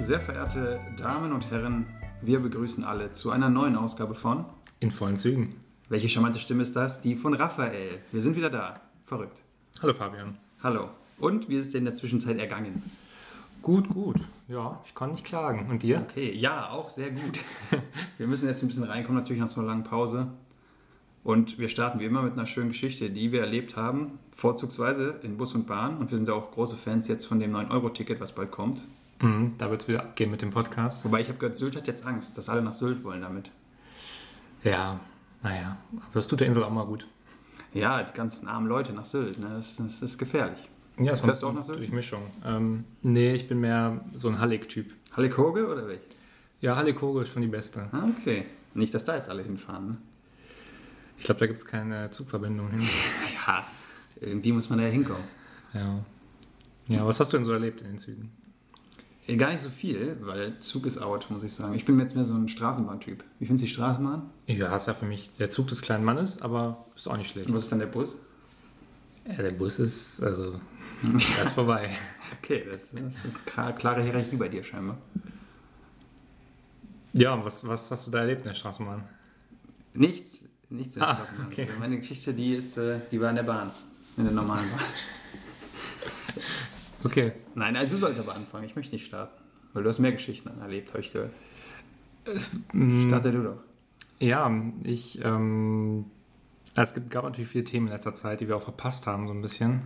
Sehr verehrte Damen und Herren, wir begrüßen alle zu einer neuen Ausgabe von In vollen Zügen. Welche charmante Stimme ist das? Die von Raphael. Wir sind wieder da. Verrückt. Hallo Fabian. Hallo. Und wie ist es dir in der Zwischenzeit ergangen? Gut, gut. Ja, ich kann nicht klagen. Und dir? Okay, ja, auch sehr gut. wir müssen jetzt ein bisschen reinkommen, natürlich nach so einer langen Pause. Und wir starten wie immer mit einer schönen Geschichte, die wir erlebt haben, vorzugsweise in Bus und Bahn. Und wir sind ja auch große Fans jetzt von dem 9-Euro-Ticket, was bald kommt. Mhm, da wird es wieder abgehen mit dem Podcast. Wobei ich habe gehört, Sylt hat jetzt Angst, dass alle nach Sylt wollen damit. Ja, naja. Aber das tut der Insel auch mal gut. Ja, die ganzen armen Leute nach Sylt, ne? das, das ist gefährlich. Ja, Fährst du auch nach Sylt? Durch Mischung. Ähm, nee, ich bin mehr so ein Hallig-Typ. Halle Koge oder welch? Ja, Hallig-Hoge ist schon die beste. Ah, Okay. Nicht, dass da jetzt alle hinfahren. Ne? Ich glaube, da gibt es keine Zugverbindung hin. Naja, irgendwie muss man da ja hinkommen. ja. Ja, was hast du denn so erlebt in den Zügen? Äh, Gar nicht so viel, weil Zug ist out, muss ich sagen. Ich bin jetzt mehr so ein Straßenbahntyp. Wie findest du die Straßenbahn? Ja, ist ja für mich der Zug des kleinen Mannes, aber ist auch nicht schlecht. Und was ist dann der Bus? Ja, der Bus ist, also, der ist vorbei. Okay, das, das ist klar, klare Hierarchie bei dir scheinbar. Ja, und was, was hast du da erlebt in der Straßenbahn? Nichts, nichts in der Ah, Straßenbahn. Also okay. Meine Geschichte, die ist, äh, die war in der Bahn. In der normalen Bahn. Okay. Nein, nein, du sollst aber anfangen. Ich möchte nicht starten. Weil du hast mehr Geschichten erlebt, habe ich gehört. Mhm. Starte du doch. Ja, ich, ähm, es gibt, gab natürlich viele Themen in letzter Zeit, die wir auch verpasst haben, so ein bisschen,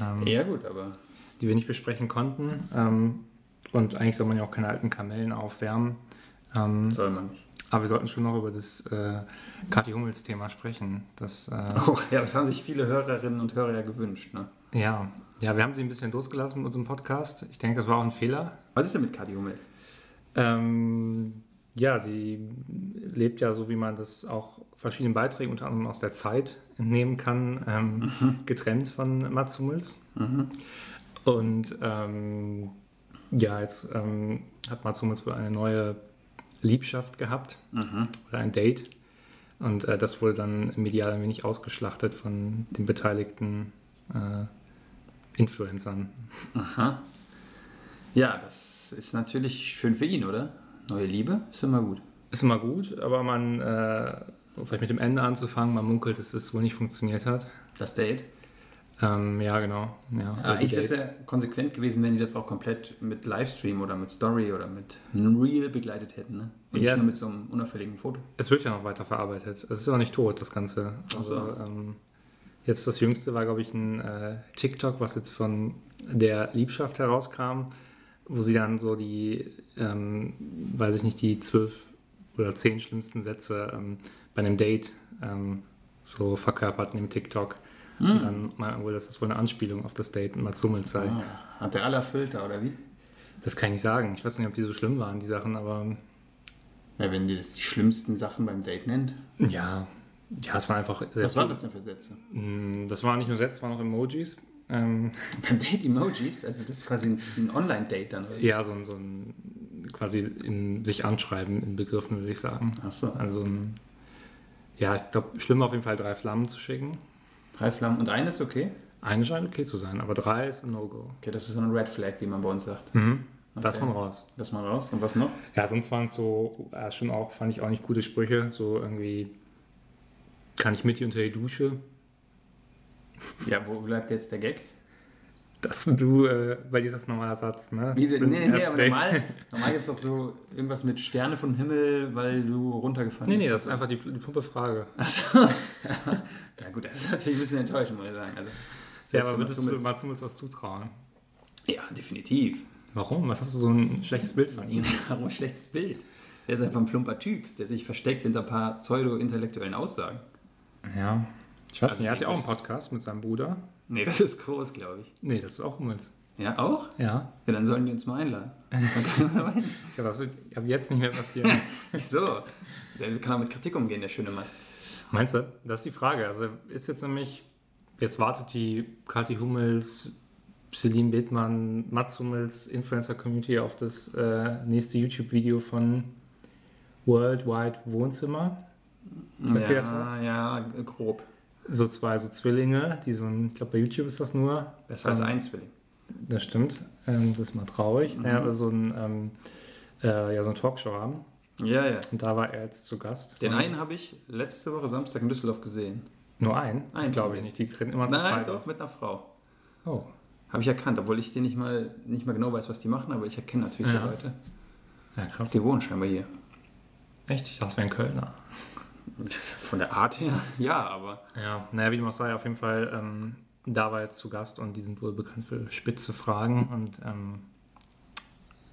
ähm, Ja, gut, aber die wir nicht besprechen konnten. Ähm, und eigentlich soll man ja auch keine alten Kamellen aufwärmen. Ähm, soll man nicht. aber wir sollten schon noch über das äh, Kathi Hummels-Thema sprechen. Das, äh, Oh, ja, das haben sich viele Hörerinnen und Hörer ja gewünscht. Ne? ja. ja, wir haben sie ein bisschen losgelassen mit unserem Podcast. Ich denke, das war auch ein Fehler. Was ist denn mit Kathi Hummels? Ähm, ja, sie lebt ja so, wie man das auch verschiedenen Beiträgen, unter anderem aus der Zeit, entnehmen kann, ähm, getrennt von Mats Hummels. Und ähm, ja, jetzt ähm, hat Mats Hummels wohl eine neue Liebschaft gehabt oder ein Date. Und äh, das wurde dann medial ein wenig ausgeschlachtet von den beteiligten äh, Influencern. Aha. Ja, das ist natürlich schön für ihn, oder? Neue Liebe ist immer gut. Ist immer gut, aber man, äh, um vielleicht mit dem Ende anzufangen, man munkelt, dass es wohl nicht funktioniert hat. Das Date. Ähm, ja, genau. Ja, Ja, oder die eigentlich wäre es Dates. ja konsequent gewesen, wenn die das auch komplett mit Livestream oder mit Story oder mit einem Reel begleitet hätten. Ne? Und nicht Ja, es- nur mit so einem unauffälligen Foto. Es wird ja noch weiter verarbeitet. Es ist auch nicht tot, das Ganze. Ach so. Also, ähm, jetzt das Jüngste war, glaube ich, ein äh, TikTok, was jetzt von der Liebschaft herauskam, wo sie dann so die, ähm, weiß ich nicht, die zwölf oder zehn schlimmsten Sätze ähm, bei einem Date ähm, so verkörpert in dem TikTok. Hm. Und dann meint man wohl, dass das wohl eine Anspielung auf das Date mit Mats Hummels sei. Ah, hat der alle erfüllt da, oder wie? Das kann ich nicht sagen. Ich weiß nicht, ob die so schlimm waren, die Sachen, aber Ja, wenn die das die schlimmsten Sachen beim Date nennt. ja, ja, es war einfach sehr Was waren das denn für Sätze? Mm, Das waren nicht nur Sätze, das waren auch Emojis. Ähm, Beim Date Emojis? Also das ist quasi ein, ein Online-Date dann. Oder? ja, so ein, so ein quasi im, sich anschreiben in Begriffen, würde ich sagen. Achso. Also ein, ja, ich glaube, schlimm auf jeden Fall drei Flammen zu schicken. Halbflammen. Und eine ist okay? Eine scheint okay zu sein, aber drei ist ein No-Go. Okay, das ist so ein Red Flag, wie man bei uns sagt. Mhm. Da ist Okay. man raus. Lass mal raus. Und was noch? Ja, sonst waren es so, ja, schon auch, fand ich auch nicht gute Sprüche. So irgendwie, kann ich mit dir unter die Dusche? Ja, wo bleibt jetzt der Gag? Dass du, äh, weil das ist ein normaler Satz, ne? Nee, Beim nee, nee ersten aber Date. normal, normal gibt es doch so irgendwas mit Sterne vom Himmel, weil du runtergefallen Nee, nee, bist. das ist einfach die, die plumpe Frage. Ja gut, das ist natürlich ein bisschen enttäuschend, muss ich sagen. Also, Ja, selbst wenn aber man würdest so du mit- Mats Hummels was zutrauen? ja, definitiv. Warum? Was hast du so ein schlechtes Bild von ihm? Warum ein schlechtes Bild? Der ist einfach ein plumper Typ, der sich versteckt hinter ein paar pseudo-intellektuellen Aussagen. Ja. Ich weiß Also nicht, den er hat ja auch einen würdest du- Podcast mit seinem Bruder. Nee, das ist groß, glaube ich. Nee, das ist auch Hummels. Ja, auch? Ja. Ja, dann sollen die uns mal einladen. Dann können wir mal hin. Ja, das wird ab jetzt nicht mehr passieren. Wieso? Der kann auch mit Kritik umgehen, der schöne Mats. Meinst du? Das ist die Frage. Also ist jetzt nämlich, jetzt wartet die Kathi Hummels, Celine Bethmann, Mats Hummels, Influencer Community auf das äh, nächste YouTube-Video von Worldwide Wohnzimmer. Sagt ja, dir das was? Ja, grob. So zwei so Zwillinge, die so ein, ich glaube bei YouTube ist das nur. Besser als Ähm, ein Zwilling. Das stimmt. Ähm, das ist mal traurig. Mhm. Er hatte so ein, ähm, äh, ja, so ein Talkshow haben. Ja, ja. Und da war er jetzt zu Gast. Den Und einen habe ich letzte Woche Samstag in Düsseldorf gesehen. Nur einen? Einen das von glaube ich denen. nicht. Die reden immer zu Nein, zweit. doch, mit einer Frau. Oh. Habe ich erkannt, obwohl ich den nicht mal, nicht mal genau weiß, was die machen, aber ich erkenne natürlich so Ja. Leute. Ja, krass. Die wohnen scheinbar hier. Echt? Ich dachte, es wäre ein Kölner. Von der Art her, ja, aber. Ja, naja, wie dem auch sei, auf jeden Fall, ähm, da war jetzt zu Gast und die sind wohl bekannt für spitze Fragen und ähm,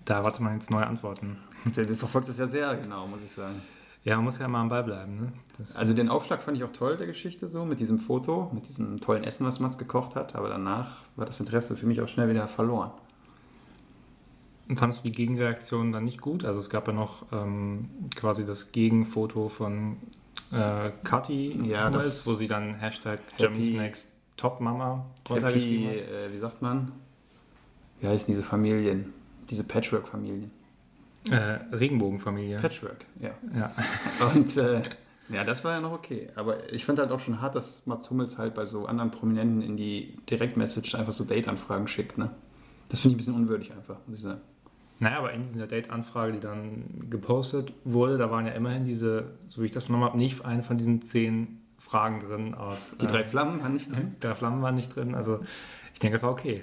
da erwartet man jetzt neue Antworten. Du du verfolgst das ja sehr genau, muss ich sagen. Ja, man muss ja mal am Ball bleiben, ne? Das, Also den Aufschlag fand ich auch toll, der Geschichte so, mit diesem Foto, mit diesem tollen Essen, was Mats gekocht hat, aber danach war das Interesse für mich auch schnell wieder verloren. fandst du die Gegenreaktion dann nicht gut? Also es gab ja noch ähm, quasi das Gegenfoto von äh, Kathi, Ja, das- Hummels, wo sie dann Hashtag Germany's Next Top Mama runtergeschrieben Happy, hat. äh, wie sagt man? Wie heißen diese Familien? Diese Patchwork-Familien. Äh, Regenbogenfamilie. Patchwork, ja. ja. Und äh, ja, das war ja noch okay. Aber ich fand halt auch schon hart, dass Mats Hummels halt bei so anderen Prominenten in die Direktmessage einfach so Date-Anfragen schickt, ne? Das finde ich ein bisschen unwürdig einfach, muss ich sagen. Naja, aber in dieser Date-Anfrage, die dann gepostet wurde, da waren ja immerhin diese, so wie ich das vernommen habe, nicht eine von diesen zehn Fragen drin aus. Die drei äh, Flammen waren nicht drin. drei Flammen waren nicht drin. Also ich denke, das war okay.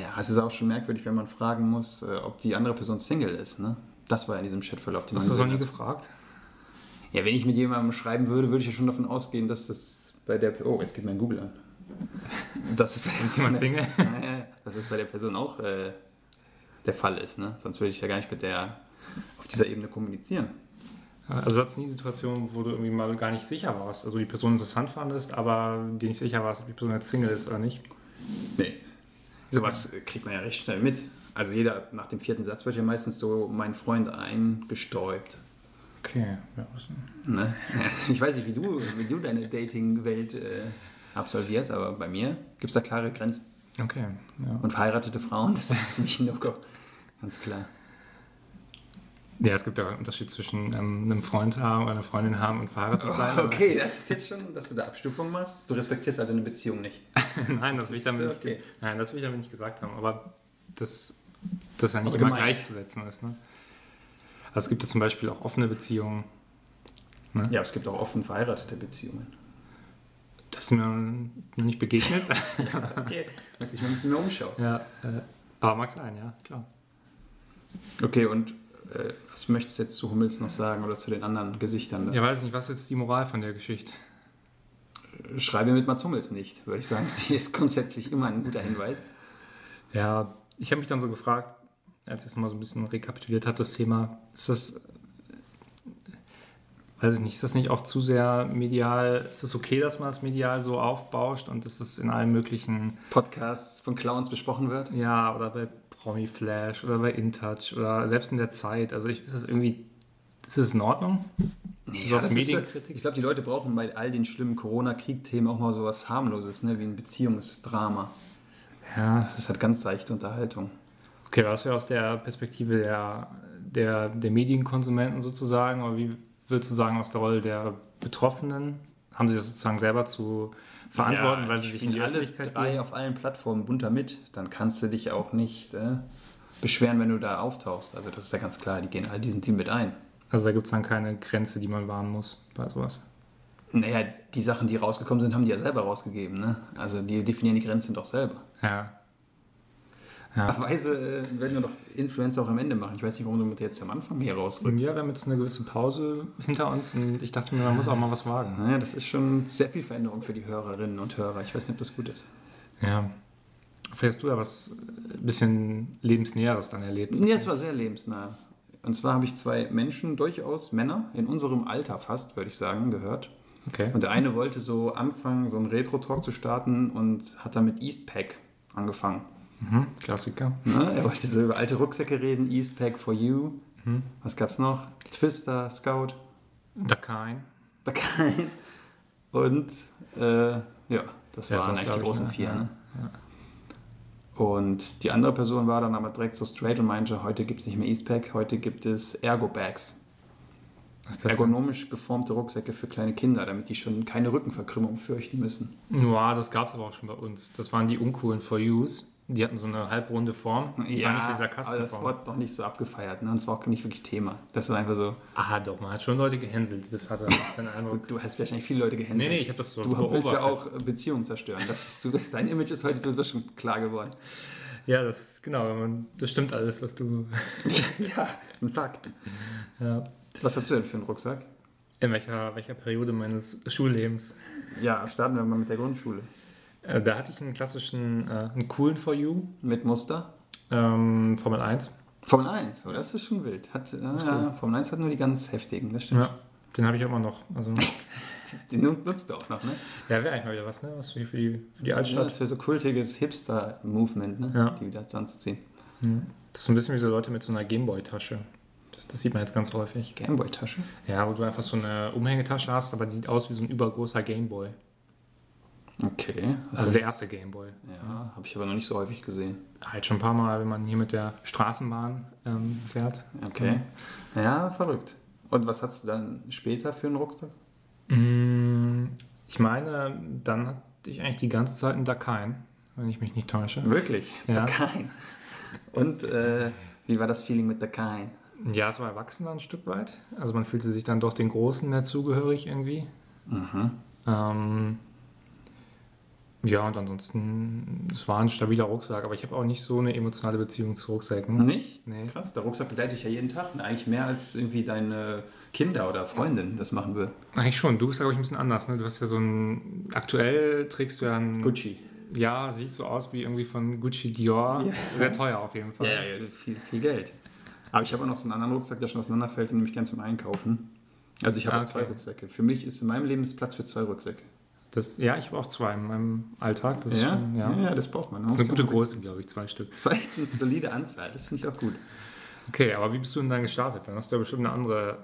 Ja, es ist auch schon merkwürdig, wenn man fragen muss, äh, ob die andere Person Single ist, ne? Das war in diesem Chatverlauf, den Hast du das noch man nie gesehen gefragt? hat. Ja, wenn ich mit jemandem schreiben würde, würde ich ja schon davon ausgehen, dass das bei der... Oh, jetzt geht mein Google an. Dass das bei der Jemand Single? Ja, ja, ja. dass das bei der Person auch äh, der Fall ist. Ne? Sonst würde ich ja gar nicht mit der auf dieser Ebene kommunizieren. Also du hattest nie Situationen, wo du irgendwie mal gar nicht sicher warst, also die Person interessant fandest, aber dir nicht sicher warst, ob die Person jetzt Single ist oder nicht. Nee. Sowas äh, kriegt man ja recht schnell mit. Also jeder nach dem vierten Satz wird ja meistens so mein Freund eingestäubt. Okay, ja, was denn? Ne? Ich weiß nicht, wie du, wie du deine Dating-Welt äh, absolvierst, aber bei mir gibt es da klare Grenzen. okay. Ja. Und verheiratete Frauen, das ist für mich ein No-Go. Ganz klar. ja, es gibt ja einen Unterschied zwischen ähm, einem Freund haben oder einer Freundin haben und verheiratet sein. aber- Okay, das ist jetzt schon, dass du da Abstufung machst. Du respektierst also eine Beziehung nicht. Nein, das, Das will ist, ich damit äh, nicht, ge- okay. nein, das will ich damit nicht gesagt haben, aber das, das ja nicht Aber immer gemeint. gleichzusetzen ist. Ne? Also es gibt ja zum Beispiel auch offene Beziehungen. Ja, aber es gibt auch offen verheiratete Beziehungen. Das ist mir noch nicht begegnet. Okay, muss ich mal ein bisschen mehr umschauen. ja, äh, aber mag sein, ja, klar. Okay, und äh, was möchtest du jetzt zu Hummels noch sagen oder zu den anderen Gesichtern? Ja, weiß nicht, was ist jetzt die Moral von der Geschichte? Schreibe mit Mats Hummels nicht, würde ich sagen. Sie ist grundsätzlich immer ein guter Hinweis. Ja, ich habe mich dann so gefragt, als ich es mal so ein bisschen rekapituliert habe, das Thema, ist das, äh, weiß ich nicht, ist das nicht auch zu sehr medial, ist das okay, dass man es medial so aufbauscht und ist es in allen möglichen Podcasts von Clowns besprochen wird. Ja, oder bei Promi Flash oder bei InTouch oder selbst in der Zeit. Also ich, ist das irgendwie, ist das in Ordnung? Nee, sowas Medienkritik. ich glaube, die Leute brauchen bei all den schlimmen Corona-Krieg-Themen auch mal sowas harmloses, ne? wie ein Beziehungsdrama. Ja. Das ist halt ganz leichte Unterhaltung. Okay, das wäre aus der Perspektive der, der, der Medienkonsumenten sozusagen, aber wie würdest du sagen, aus der Rolle der Betroffenen? Haben sie das sozusagen selber zu verantworten, weil sie sich in die alle Öffentlichkeit drei geben? auf allen Plattformen bunter mit, dann kannst du dich auch nicht äh, beschweren, wenn du da auftauchst. Also das ist ja ganz klar, die gehen all diesen Team mit ein. Also da gibt es dann keine Grenze, die man wahren muss bei sowas. Naja, die Sachen, die rausgekommen sind, haben die ja selber rausgegeben. Ne? Also die definieren die Grenzen doch selber. Ja. Auf Weise äh, werden wir doch Influencer auch am Ende machen. Ich weiß nicht, warum du mit jetzt am Anfang hier rausrückst. Ja, wir haben jetzt eine gewisse Pause hinter uns und ich dachte mir, man muss auch mal was wagen. ne? Naja, das ist schon sehr viel Veränderung für die Hörerinnen und Hörer. Ich weiß nicht, ob das gut ist. Ja. Vielleicht hast du da was äh, bisschen lebensnäheres dann erlebt. Nee, es war sehr lebensnah. Und zwar habe ich zwei Menschen, durchaus Männer, in unserem Alter fast, würde ich sagen, gehört. Okay. Und der eine wollte so anfangen, so einen Retro-Talk zu starten und hat dann mit Eastpak angefangen. Mhm. Klassiker. Ne? Er wollte so über alte Rucksäcke reden, Eastpak for you. Mhm. Was gab's noch? Twister, Scout, Dakain. da kein. Und äh, ja, das Ja, das waren war's, eigentlich glaub die ich, großen ne? vier. Ja, Ne? Und die andere Person war dann aber direkt so straight und meinte, heute gibt es nicht mehr Eastpak, heute gibt es Ergo-Bags. Was ist das denn? Ergonomisch geformte Rucksäcke für kleine Kinder, damit die schon keine Rückenverkrümmung fürchten müssen. Noir, das gab's aber auch schon bei uns. Das waren die uncoolen For Yous. Die hatten so eine halbrunde Form. Die ja, waren nicht so dieser aber das Kastenform. wurde noch nicht so abgefeiert. Ne? Und es war auch nicht wirklich Thema. Das war einfach so, ah, doch, man hat schon Leute gehänselt. Das hatte ich den Eindruck. du hast wahrscheinlich viele Leute gehänselt. Nee, nee, ich hab das so Du willst ja beobachtet. auch Beziehungen zerstören. Das ist, du, dein Image ist heute sowieso schon klar geworden. Ja, das ist genau. man- Das stimmt alles, was du. ja, ein Fakt. Ja. Was hast du denn für einen Rucksack? In welcher, welcher Periode meines Schullebens? Ja, starten wir mal mit der Grundschule. Äh, da hatte ich einen klassischen, äh, einen coolen For You, Mit Muster? ähm, Formel 1. Formel 1, oder? Das ist schon wild. Hat, äh, ja, Formel 1 hat nur die ganz heftigen, das stimmt. Ja, den habe ich auch immer noch. Also, Den nu- nutzt du auch noch, ne? ja, wäre eigentlich mal wieder was, ne? Was hier für die, für die Ja, das Altstadt. ist für so kultiges Hipster-Movement, ne? Ja. Die wieder anzuziehen. Das ist so ein bisschen wie so Leute mit so einer Gameboy-Tasche. Das, das sieht man jetzt ganz häufig. Gameboy-Tasche? Ja, wo du einfach so eine Umhängetasche hast, aber die sieht aus wie so ein übergroßer Gameboy. Okay. Also der erste Gameboy. Ja, habe ich aber noch nicht so häufig gesehen. Halt schon ein paar Mal, wenn man hier mit der Straßenbahn ähm, fährt. Okay. Ja, verrückt. Und was hast du dann später für einen Rucksack? Mm, Ich meine, dann hatte ich eigentlich die ganze Zeit einen Dakain, wenn ich mich nicht täusche. Wirklich? Ja. Dakain. Und äh, wie war das Feeling mit Dakain? Ja, es war Erwachsener ein Stück weit. Also man fühlte sich dann doch den Großen dazugehörig irgendwie. Mhm. Ähm, ja, und ansonsten, es war ein stabiler Rucksack, aber ich habe auch nicht so eine emotionale Beziehung zu Rucksäcken. Nicht? Nee. Krass, der Rucksack begleitet dich ja jeden Tag. und Eigentlich mehr als irgendwie deine Kinder oder Freundin das machen würden. Eigentlich schon, du bist, glaube ich, ein bisschen anders. Ne? Du hast ja so ein, aktuell trägst du ja ein, Gucci. ja, sieht so aus wie irgendwie von Gucci Dior. Ja. Sehr teuer auf jeden Fall. Ja, ja, viel, viel Geld. Aber ich habe auch noch so einen anderen Rucksack, der schon auseinanderfällt, den nehme ich gerne zum Einkaufen. Also ich habe Ah, auch zwei okay. Rucksäcke. Für mich ist in meinem Leben ist Platz für zwei Rucksäcke. Das, ja, ich habe auch zwei in meinem Alltag. Das Ist schon, ja. ja, ja, das braucht man. Das ist eine gute Größe, glaube ich, zwei Stück. Zwei ist eine solide Anzahl, das finde ich auch gut. Okay, aber wie bist du denn dann gestartet? Dann hast du ja bestimmt eine andere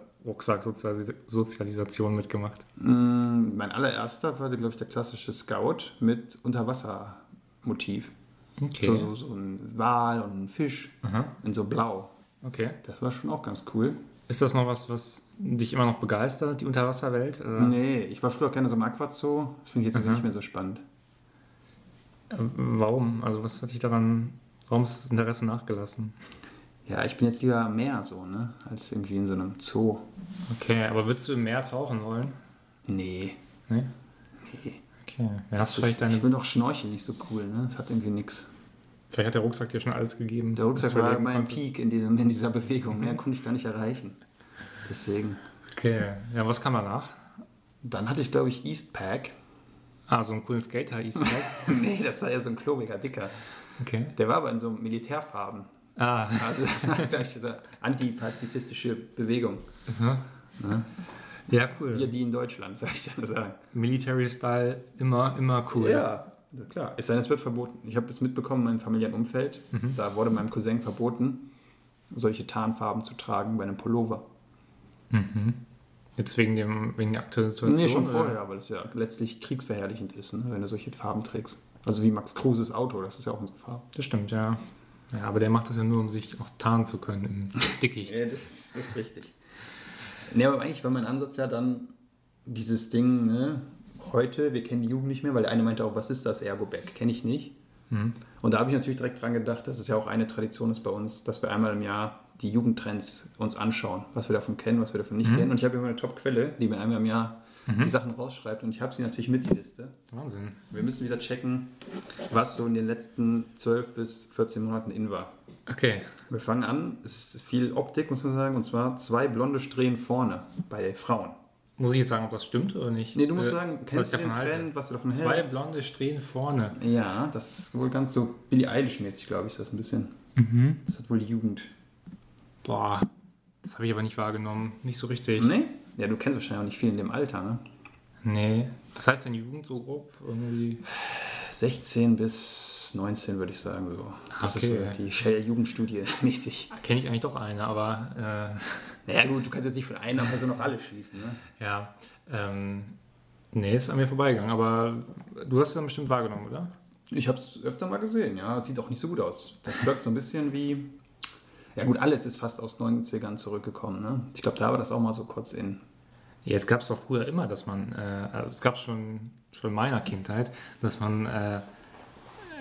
Rucksack-Sozialisation mitgemacht. Mm, Mein allererster war, glaube ich, der klassische Scout mit Unterwassermotiv. Okay. So, so, so ein Wal und ein Fisch Aha. in so blau. okay. Das war schon auch ganz cool. Ist das noch was, was dich immer noch begeistert, die Unterwasserwelt? Äh, Nee, ich war früher auch gerne so im Aquazoo. Das finde ich jetzt Mhm. irgendwie nicht mehr so spannend. äh, Hm. Warum? Also was hat dich daran, warum ist das Interesse nachgelassen? Ja, ich bin jetzt lieber am Meer so, ne? Als irgendwie in so einem Zoo. Okay, aber würdest du im Meer tauchen wollen? Nee. Nee? Nee. Okay. Ja, hast du Ich, vielleicht deine... ich finde auch Schnorcheln nicht so cool, ne? Das hat irgendwie nichts. Vielleicht hat der Rucksack dir schon alles gegeben. Der Rucksack was du war halt erleben mein konntest. Peak in, diesem, in dieser Bewegung. Mhm. Mehr konnte ich da nicht erreichen. Deswegen. Okay. Ja, was kam danach? Dann hatte ich, glaube ich, Eastpack. Ah, so einen coolen Skater, Eastpack. nee, das war ja so ein klobiger Dicker. Okay. Der war aber in so Militärfarben. Ah, Also gleich diese antipazifistische Bewegung. ja, Wir cool. die in Deutschland, soll ich dir nur sagen. Military-Style, immer, immer cool. Ja, na klar. Es sei denn, es wird verboten. Ich habe es mitbekommen in meinem familiären Umfeld. Da wurde meinem Cousin verboten, solche Tarnfarben zu tragen bei einem Pullover. Jetzt wegen, dem, wegen der aktuellen Situation? Nee, schon oder? vorher, weil es ja letztlich kriegsverherrlichend ist, ne, wenn du solche Farben trägst. Also wie Max Kruses Auto, das ist ja auch unsere Farbe. Das stimmt, ja. Ja, aber der macht das ja nur, um sich auch tarnen zu können im Dickicht. Ja, das, das ist richtig. Nee, aber eigentlich war mein Ansatz ja dann dieses Ding, ne? heute, wir kennen die Jugend nicht mehr, weil der eine meinte auch, was ist das Ergo-Bag? Kenne ich nicht. Und da habe ich natürlich direkt dran gedacht, dass es ja auch eine Tradition ist bei uns, dass wir einmal im Jahr die Jugendtrends uns anschauen, was wir davon kennen, was wir davon nicht kennen. Und ich habe immer eine Top-Quelle, die mir einmal im Jahr die Sachen rausschreibt und ich habe sie natürlich mit die Liste. Wahnsinn. Wir müssen wieder checken, was so in den letzten 12 bis 14 Monaten in war. Okay. Wir fangen an, es ist viel Optik, muss man sagen, und zwar zwei blonde Strähnen vorne bei Frauen. Muss ich jetzt sagen, ob das stimmt oder nicht? Nee, du musst Äh, sagen, was ich kennst du den davon halte. Trend, was du davon Zwei hältst? blonde Strähnen vorne. Ja, das ist wohl ganz so Billie Eilish-mäßig, glaube ich, ist das ein bisschen. Mhm. Das hat wohl die Jugend. Boah, das habe ich aber nicht wahrgenommen. Nicht so richtig. Nee? Ja, du kennst wahrscheinlich auch nicht viel in dem Alter, ne? Nee. Was heißt denn Jugend so grob? Irgendwie. 16 bis 19, würde ich sagen, so. Das Okay. ist so die Shell-Jugendstudie mäßig. Kenne ich eigentlich doch eine, aber Naja, gut, du kannst jetzt nicht von einer Person auf alle schließen, ne? äh, ja. Ähm, nee, ist an mir vorbeigegangen. Aber du hast es dann bestimmt wahrgenommen, oder? Ich habe es öfter mal gesehen, ja. Sieht auch nicht so gut aus. Das wirkt so ein bisschen wie. Ja, gut, alles ist fast aus 90ern zurückgekommen, ne? Ich glaube, da war das auch mal so kurz in. Ja, es gab es doch früher immer, dass man, äh, also es gab schon schon in meiner Kindheit, dass man äh,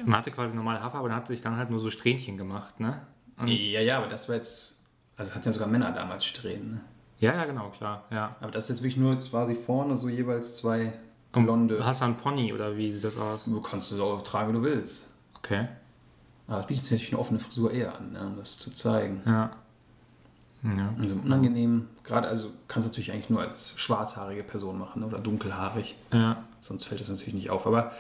man hatte quasi normal Hafer, aber dann hat sich dann halt nur so Strähnchen gemacht, ne? Und, Ja, ja, aber das war jetzt. Also hatten ja sogar Männer damals Strähnen. Ne? ja, ja, genau, klar, ja. Aber das ist jetzt wirklich nur jetzt quasi vorne so jeweils zwei Und blonde. Mhm. Hast du einen Pony oder wie sieht das aus? Du kannst es auch tragen, wie du willst. Okay, Aber das bietet sich natürlich eine offene Frisur eher an, ne? um das zu zeigen. ja. Ja. Also unangenehm, gerade also kannst du natürlich eigentlich nur als schwarzhaarige Person machen ne? oder dunkelhaarig. ja. Sonst fällt das natürlich nicht auf. Aber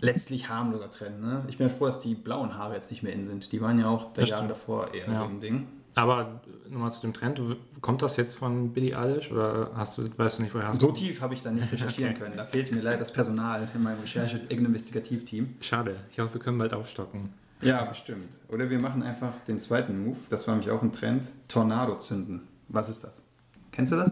letztlich harmloser Trend. Ne? Ich bin ja froh, dass die blauen Haare jetzt nicht mehr in sind. Die waren ja auch der Das Jahre stimmt. davor eher Ja. so ein Ding. Aber nochmal zu dem Trend, w- kommt das jetzt von Billie Eilish oder hast du, weißt du nicht, woher hast So du? tief habe ich da nicht recherchieren können. Da fehlt mir leider das Personal in meinem Recherche- und Investigativteam. Schade, ich hoffe, wir können bald aufstocken. Ja, bestimmt. Oder wir machen einfach den zweiten Move. Das war nämlich auch ein Trend. Tornado zünden. Was ist das? Kennst du das?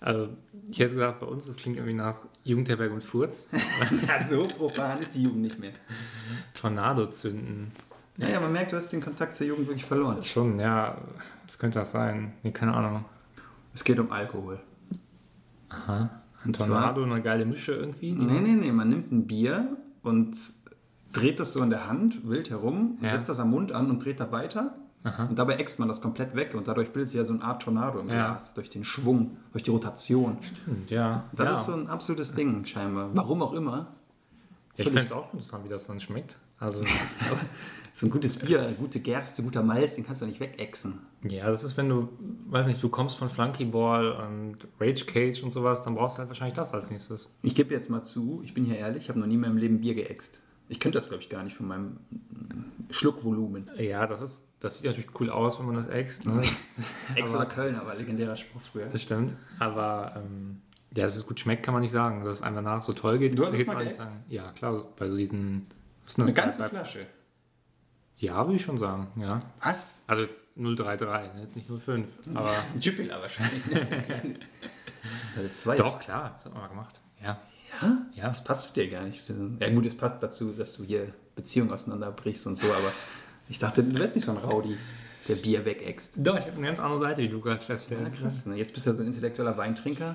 Also, ich hätte gesagt, bei uns, das klingt irgendwie nach Jugendherberge und Furz. Ja, so profan ist die Jugend nicht mehr. Tornado zünden. Ja, ja, man merkt, du hast den Kontakt zur Jugend wirklich verloren. Schon, ja, was könnte das sein? Nee, keine Ahnung. Es geht um Alkohol. Aha. Ein Und zwar- Mhm. Tornado, eine geile Mische irgendwie? Nee, nee, nee, man nimmt ein Bier und dreht das so in der Hand wild herum, und Ja. setzt das am Mund an und dreht da weiter. Aha. Und dabei äxt man das komplett weg und dadurch bildet sich ja so eine Art Tornado im Ja. Glas. Durch den Schwung, durch die Rotation. Stimmt, ja. Das ja. ist so ein absolutes Ding scheinbar. Warum auch immer. Ich fände es auch interessant, wie das dann schmeckt. Also, So ein gutes Bier, gute Gerste, guter Malz, den kannst du nicht wegexen. ja, das ist, wenn du, weiß nicht, du kommst von Flunky Ball und Rage Cage und sowas, dann brauchst du halt wahrscheinlich das als nächstes. Ich gebe jetzt mal zu, ich bin hier ehrlich, ich habe noch nie in meinem Leben Bier geäxt. Ich könnte das, glaube ich, gar nicht von meinem mm, Schluckvolumen. Ja, das ist, das sieht natürlich cool aus, wenn man das äxt. Ne? Ex Aber- oder Kölner war legendärer Spruch früher. Das stimmt. Aber ähm, ja, dass es gut schmeckt, kann man nicht sagen. Dass es einfach nach so toll geht, Du hast es geht's mal auch nicht geäxt? sagen. Ja, klar, so- bei so diesen. Was ist denn das? Eine ganze Bei- bei- Flasche. Ja, würde ich schon sagen, ja. Was? Also jetzt 033, ne? jetzt nicht 05. Aber Ein Jupiler wahrscheinlich. ne? So ein kleines. Level zwei. doch, klar, das hat man mal gemacht. Ja. Ja? Ja, Das passt dir gar nicht. Ja gut, es passt dazu, dass du hier Beziehungen auseinanderbrichst und so, aber ich dachte, du wärst nicht so ein Rowdy, der Bier wegäxt. doch, ich habe eine ganz andere Seite, wie du gerade Ja, feststellst. krass, ne? Jetzt bist du ja so ein intellektueller Weintrinker.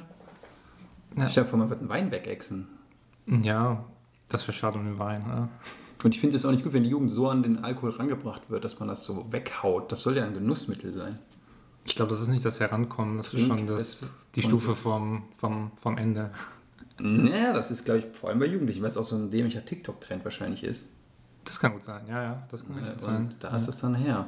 Ja. Ich stell dir vor, man wird einen Wein wegexen. Ja, das wäre schade um den Wein. Ne? Und ich finde es auch nicht gut, wenn die Jugend so an den Alkohol rangebracht wird, dass man das so weghaut. Das soll ja ein Genussmittel sein. Ich glaube, das ist nicht das Herankommen, das ist Trink schon das, es. die Stufe vom, vom, vom Ende. Naja, das ist, glaube ich, vor allem bei Jugendlichen, weil es auch so ein dämlicher TikTok-Trend wahrscheinlich ist. Das kann gut sein, ja, ja, das kann gut sein. Und da ist es dann her.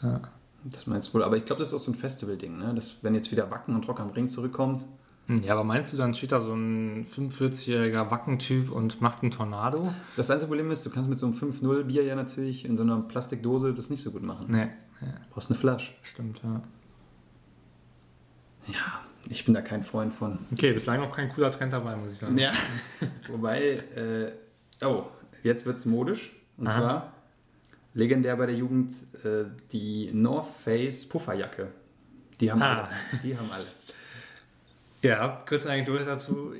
Ja. Das meinst du wohl. Aber ich glaube, das ist auch so ein Festival-Ding, ne? Dass, wenn jetzt wieder Wacken und Rock am Ring zurückkommt, Hm. Ja, aber meinst du, dann steht da so ein 45-jähriger Wackentyp und macht einen Tornado? das einzige Problem ist, du kannst mit so einem 5-0-Bier ja natürlich in so einer Plastikdose das nicht so gut machen. Nee, Du brauchst eine Flasche. stimmt, ja. Ja, ich bin da kein Freund von. Okay, bislang noch kein cooler Trend dabei, muss ich sagen. Ja. Wobei, äh, oh, jetzt wird's modisch. Und Aha. zwar legendär bei der Jugend äh, die North Face Pufferjacke. Die haben Ah. alle. Die haben alle. Ja, kurze Anekdote dazu.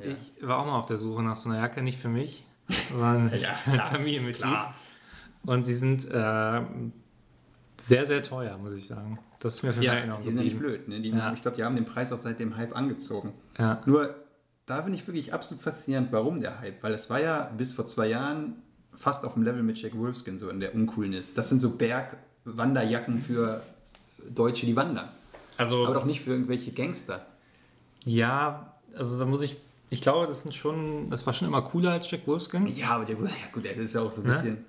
Ich war auch mal auf der Suche nach so einer Jacke, nicht für mich, sondern Ja, für ein Familienmitglied. klar. Und sie sind äh, sehr, sehr teuer, muss ich sagen. Das ist mir für Ja, die sind ja nicht genau, geblieben. blöd. Ne? Die, Ja. Ich glaube, die haben den Preis auch seit dem Hype angezogen. Ja, Nur, da finde ich wirklich absolut faszinierend, warum der Hype. Weil es war ja bis vor zwei Jahren fast auf dem Level mit Jack Wolfskin so in der Uncoolness. Das sind so Bergwanderjacken für Deutsche, die wandern. Aber also, doch nicht für irgendwelche Gangster. ja, also da muss ich, ich glaube, das sind schon, das war schon immer cooler als Jack Wolfskin. Ja, aber Jack Wolfskin, ja gut, das ist ja auch so ein Ne? bisschen.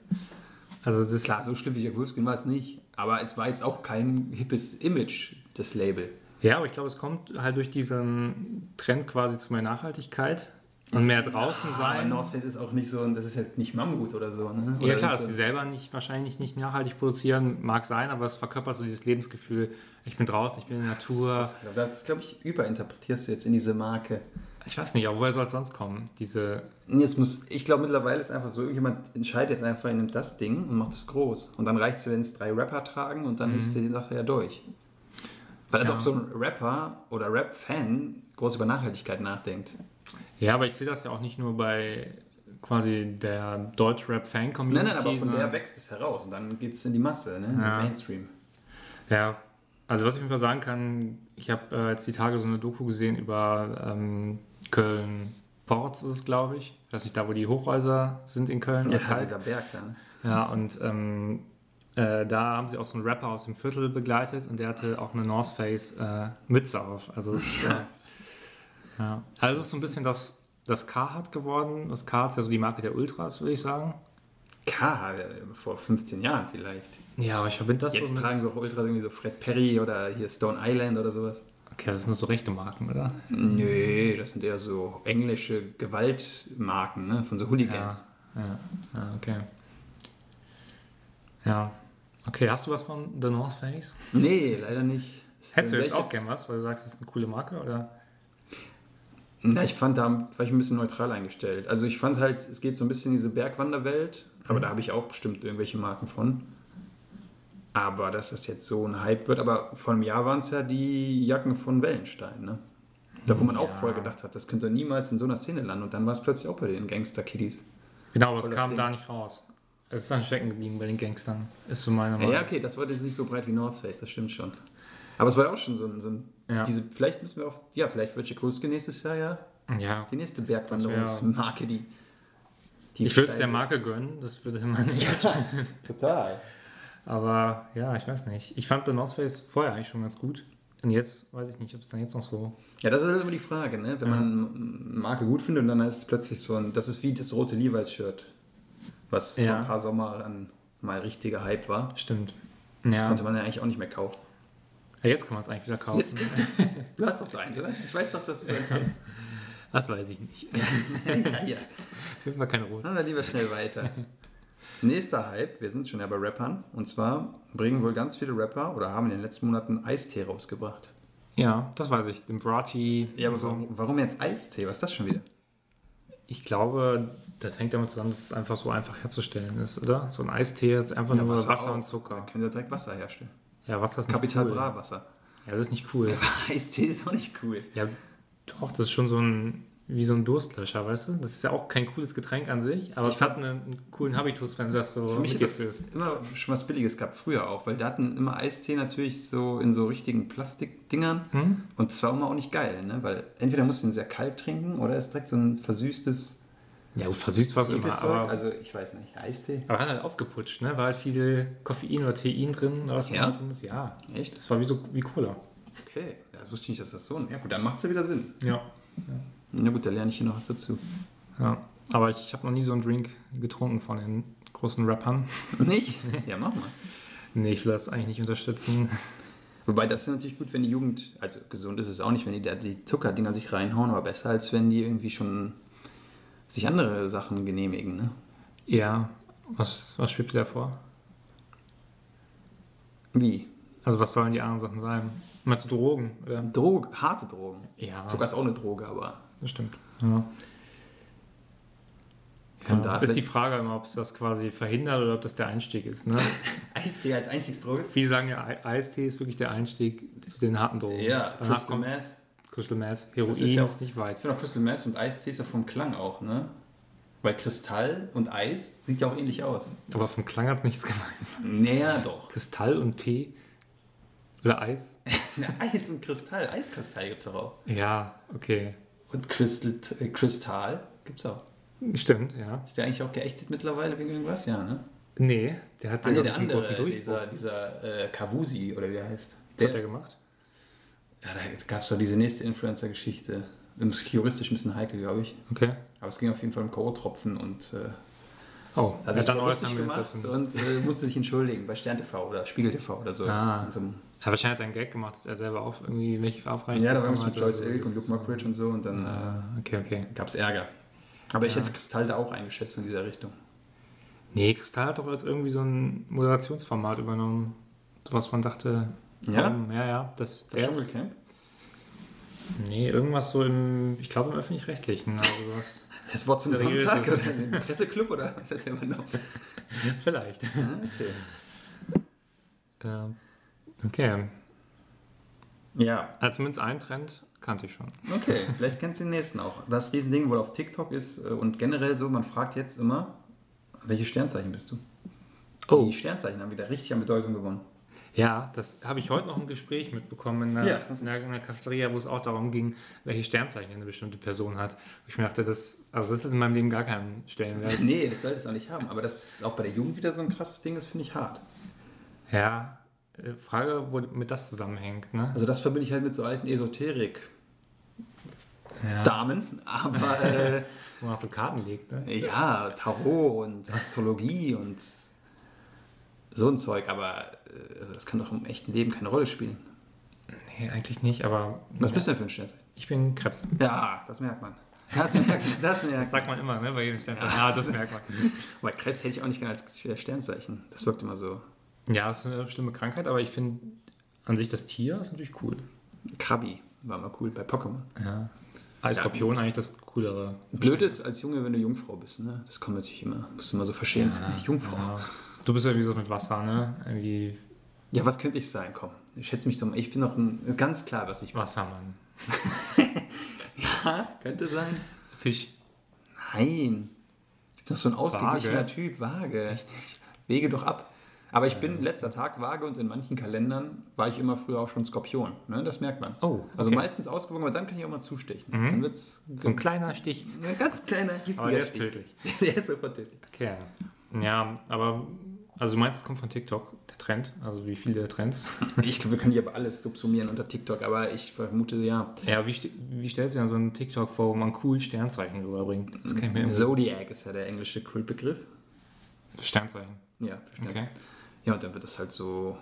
Also das Klar, so schlimm wie Jack Wolfskin war es nicht. Aber es war jetzt auch kein hippes Image, das Label. Ja, aber ich glaube, es kommt halt durch diesen Trend quasi zu mehr Nachhaltigkeit und mehr draußen Aber sein. North Face ist auch nicht so, ein- das ist jetzt nicht Mammut oder so. Ne? Oder ja klar, dass so. sie selber nicht wahrscheinlich nicht nachhaltig produzieren, mag sein, aber es verkörpert so dieses Lebensgefühl, ich bin draußen, ich bin in der Natur. Das, glaub- das glaube ich, überinterpretierst du jetzt in diese Marke. Ich weiß nicht, aber woher soll es sonst kommen? Diese. Nee, es muss, ich glaube, mittlerweile ist einfach so, irgendjemand entscheidet jetzt einfach, er nimmt das Ding und macht es groß. Und dann reicht es, wenn es drei Rapper tragen und dann ist die Sache ja durch. Weil als Mhm. Ja. ob so ein Rapper oder Rap-Fan groß über Nachhaltigkeit nachdenkt. Ja, aber ich sehe das ja auch nicht nur bei quasi der Deutschrap-Fan-Community. Nein, nein, aber von sondern- der wächst es heraus und dann geht es in die Masse, ne? in den Ja. Mainstream. Ja, also was ich auf jeden Fall sagen kann, ich habe äh, jetzt die Tage so eine Doku gesehen über ähm, Köln, Ports ist es, glaube ich. Ich weiß nicht, da wo die Hochhäuser sind in Köln. Ja, oder Kalk. dieser Berg da. Ne? Ja, und ähm, äh, da haben sie auch so einen Rapper aus dem Viertel begleitet und der hatte auch eine North Face äh, Mütze auf. Also es ist, äh, ja. also es ist so ein bisschen das, das Carhartt geworden. Das Carhartt ist ja so die Marke der Ultras, würde ich sagen. K, äh, vor 15 Jahren vielleicht. Ja, aber ich verbinde das so Jetzt mit... tragen wir auch Ultras irgendwie so Fred Perry oder hier Stone Island oder sowas. okay, das sind nur so rechte Marken, oder? Nee, das sind eher so englische Gewaltmarken ne? von so Ja, Hooligans. ja, ja, okay. Ja. Okay, hast du was von The North Face? Nee, leider nicht. Hättest du Wär jetzt ich auch gern was, weil du sagst, es ist eine coole Marke, oder? Ja, ich fand, da war ich ein bisschen neutral eingestellt. Also ich fand halt, es geht so ein bisschen in diese Bergwanderwelt, aber Mhm. da habe ich auch bestimmt irgendwelche Marken von. Aber dass das jetzt so ein Hype wird, aber vor einem Jahr waren es ja die Jacken von Wellenstein, ne? Da, wo man auch Ja. vorher gedacht hat, das könnte niemals in so einer Szene landen. Und dann war es plötzlich auch bei den Gangster-Kiddies. Genau, aber es Voll das kam Ding. da nicht raus. Es ist dann stecken geblieben bei den Gangstern, ist so meine Ja, Meinung. ja, okay, das war jetzt nicht so breit wie North Face, das stimmt schon. Aber es war ja auch schon so ein. So ein Ja. diese, vielleicht müssen wir auf. Ja, vielleicht wird Schikulski nächstes Jahr ja Ja. die nächste Das- das Bergwanderungsmarke, die. die Ich würde es der steigt. Marke gönnen, das würde man nicht. Total. Aber ja, ich weiß nicht. Ich fand The North Face vorher eigentlich schon ganz gut. Und jetzt weiß ich nicht, ob es dann jetzt noch so. Ja, das ist halt immer die Frage, ne? Wenn man eine Marke gut findet und dann ist es plötzlich so ein. Das ist wie das rote Levi's-Shirt, was vor Ja. ein paar Sommern mal richtiger Hype war. Stimmt. Das Ja. konnte man ja eigentlich auch nicht mehr kaufen. ja jetzt kann man es eigentlich wieder kaufen. Du hast doch so eins, oder? Ich weiß doch, dass du so eins hast. Das weiß ich nicht. ja, Ah. ja. Ich will mal keine Ruhe. Machen wir lieber schnell weiter. Nächster Hype, wir sind schon ja bei Rappern. Und zwar bringen wohl ganz viele Rapper oder haben in den letzten Monaten Eistee rausgebracht. Ja, das weiß ich. Den Brati. Ja, aber und so. warum, warum jetzt Eistee? Was ist das schon wieder? Ich glaube, das hängt damit zusammen, dass es einfach so einfach herzustellen ist, oder? So ein Eistee ist einfach nur Wasser, auch. und Zucker. Dann können sie direkt Wasser herstellen. Ja, Wasser ist nicht Kapital cool. Bra Wasser. Ja, das ist nicht cool. Eistee ist auch nicht cool. Ja, doch, das ist schon so ein, wie so ein Durstlöscher, weißt du? Das ist ja auch kein cooles Getränk an sich, aber es hat einen, einen coolen Habitus, wenn du das so Für mich mit hat dir das fühlst. immer schon was Billiges gehabt, früher auch, weil da hatten immer Eistee natürlich so in so richtigen Plastikdingern. Hm? Und das war immer auch nicht geil, ne? weil entweder musst du ihn sehr kalt trinken oder ist direkt so ein versüßtes Ja, gut, versüßt was immer, Ekelzeug. aber, Also ich weiß nicht, Eistee. aber hat halt aufgeputscht, ne? War halt viel Koffein oder Tein drin oder was Ja? drin ist. Ja, Echt? das war wie so wie Cola. Okay, ja, das wusste ich nicht, dass das so ein. Ja, gut, dann macht es ja wieder Sinn. Ja. Na gut, da lerne ich hier noch was dazu. ja. Aber ich habe noch nie so einen Drink getrunken von den großen Rappern. Nicht? Ja, mach mal. Nee, ich will das eigentlich nicht unterstützen. Wobei das ist natürlich gut, wenn die Jugend, also gesund ist es auch nicht, wenn die da die Zuckerdinger sich reinhauen, aber besser als wenn die irgendwie schon sich andere Sachen genehmigen. Ne? Ja, was, was schwebt dir da vor? Wie? Also was sollen die anderen Sachen sein? Meinst du Drogen? Oder? Drogen, harte Drogen. Ja, Zucker ist auch eine Droge, aber das stimmt. Ja. Von ja, daher ist die vielleicht- Frage immer, ob es das quasi verhindert oder ob das der Einstieg ist. Ne? Eistee als Einstiegsdroge? Viele sagen ja, Ei- Eistee ist wirklich der Einstieg zu den harten Drogen. Ja, danach Crystal kommt Meth. Crystal Meth, Heroin Das eh ist, ist ja auch- nicht Ich weit. finde auch Crystal Meth und Eistee ist ja vom Klang auch, ne? Weil Kristall und Eis sieht ja auch ähnlich aus. Aber vom Klang hat nichts gemeinsam. Naja, doch. Kristall und Tee oder Eis? Eis und Kristall, Eiskristall gibt's doch auch. Ja, okay. Und Crystal, äh, Kristall gibt's auch. Stimmt, ja. Ist der eigentlich auch geächtet mittlerweile wegen irgendwas? Ja, ne? Nee, der hat Ah, ja nee, glaub der ich, einen großen andere, Durchbruch. dieser, dieser äh, Kavusi oder wie der heißt. Was hat der gemacht? Ja, da gab es doch diese nächste Influencer-Geschichte. Ist Juristisch ein bisschen heikel, glaube ich. Okay. Aber es ging auf jeden Fall um K.O.-Tropfen und äh, Oh, hat sich ja, dann darüber lustig äußern wir uns gemacht dazu. und nicht. äh, musste sich entschuldigen bei Stern TV oder Spiegel TV oder so. Ah. In so einem- Ja, wahrscheinlich hat er einen Gag gemacht, dass er selber auch irgendwie welche verabreicht ja, da war irgendwas bekommen mit hat oder Joyce so. Ilk Das und Luke ist- Mockridge und so und dann Ah, okay, okay. gab es Ärger. Aber ich hätte Kristall da auch eingeschätzt in dieser Richtung. Nee, Kristall hat doch jetzt irgendwie so ein Moderationsformat übernommen. So was man dachte. Ja? komm, ja, ja. Das, Das das ist, Dschungelcamp? nee, irgendwas so im, ich glaube im Öffentlich-Rechtlichen. Also sowas. Das Wort zum Seriöses. Sonntag oder den Presseclub oder was hat er übernommen? Vielleicht. Ah, okay. Ähm, okay. Ja, Also zumindest einen Trend kannte ich schon. Okay, vielleicht kennst du den nächsten auch. Das Riesending wohl auf TikTok ist äh, und generell so, man fragt jetzt immer, welches Sternzeichen bist du? Oh. Die Sternzeichen haben wieder richtig an Bedeutung gewonnen. Ja, das habe ich heute noch im Gespräch mitbekommen in einer, Ja. in, einer, in einer Cafeteria, wo es auch darum ging, welche Sternzeichen eine bestimmte Person hat. Ich mir dachte, das, also das hat in meinem Leben gar keinen Stellenwert. Nee, das solltest du auch nicht haben. Aber dass es auch bei der Jugend wieder so ein krasses Ding ist, finde ich hart. Ja, äh, Frage, womit das zusammenhängt, ne? Also das verbinde ich halt mit so alten Esoterik-Damen. Aber äh, Wo man auf so Karten legt, ne? ja, Tarot und Astrologie und so ein Zeug. Aber äh, also das kann doch im echten Leben keine Rolle spielen. Nee, eigentlich nicht, aber Was bist du denn für ein Sternzeichen? ich bin Krebs. Ja, das merkt man. Das merkt, das merkt Das sagt man immer, ne? Bei jedem Sternzeichen. Ja, das merkt man. Aber Krebs hätte ich auch nicht gerne als Sternzeichen. Das wirkt immer so Ja, ist eine schlimme Krankheit, aber ich finde an sich das Tier ist natürlich cool. Krabi. War mal cool bei Pokémon. Ja. Als Skorpion eigentlich das coolere. Blöd ist als Junge, wenn du Jungfrau bist, ne? Das kommt natürlich immer. Bist du immer so verschämt. Ich Jungfrau. Ja. Ja. Du bist ja wie so mit Wasser, ne? Irgendwie was könnte ich sein? Komm, ich schätze mich doch mal. Ich bin doch ein, ganz klar, was ich bin. Wassermann. Ja, könnte sein. Fisch. Nein. Ich bin doch so ein ausgeglichener Waage. Äh. Typ. Waage. Richtig. Wege doch ab. Aber ich bin letzter Tag Waage und in manchen Kalendern war ich immer früher auch schon Skorpion. Ne? Das merkt man. Oh, Also okay. meistens ausgewogen, aber dann kann ich auch mal zustechen. Dann wird es So ein kleiner Stich. Ein ganz kleiner, giftiger Aber der ist Stich. tödlich. Der ist sofort tödlich. Okay. Ja, aber also du meinst, es kommt von TikTok, der Trend, also wie viele Trends. Ich, wir können hier aber alles subsumieren unter TikTok, aber ich vermute ja. Ja, wie, ste- wie stellst du dir so einen TikTok vor, wo man cool Sternzeichen rüberbringt? Das kann ich mir so. Zodiac ist ja der englische Kultbegriff. Sternzeichen. Ja, verstehe. Okay. Ja, und dann wird das halt so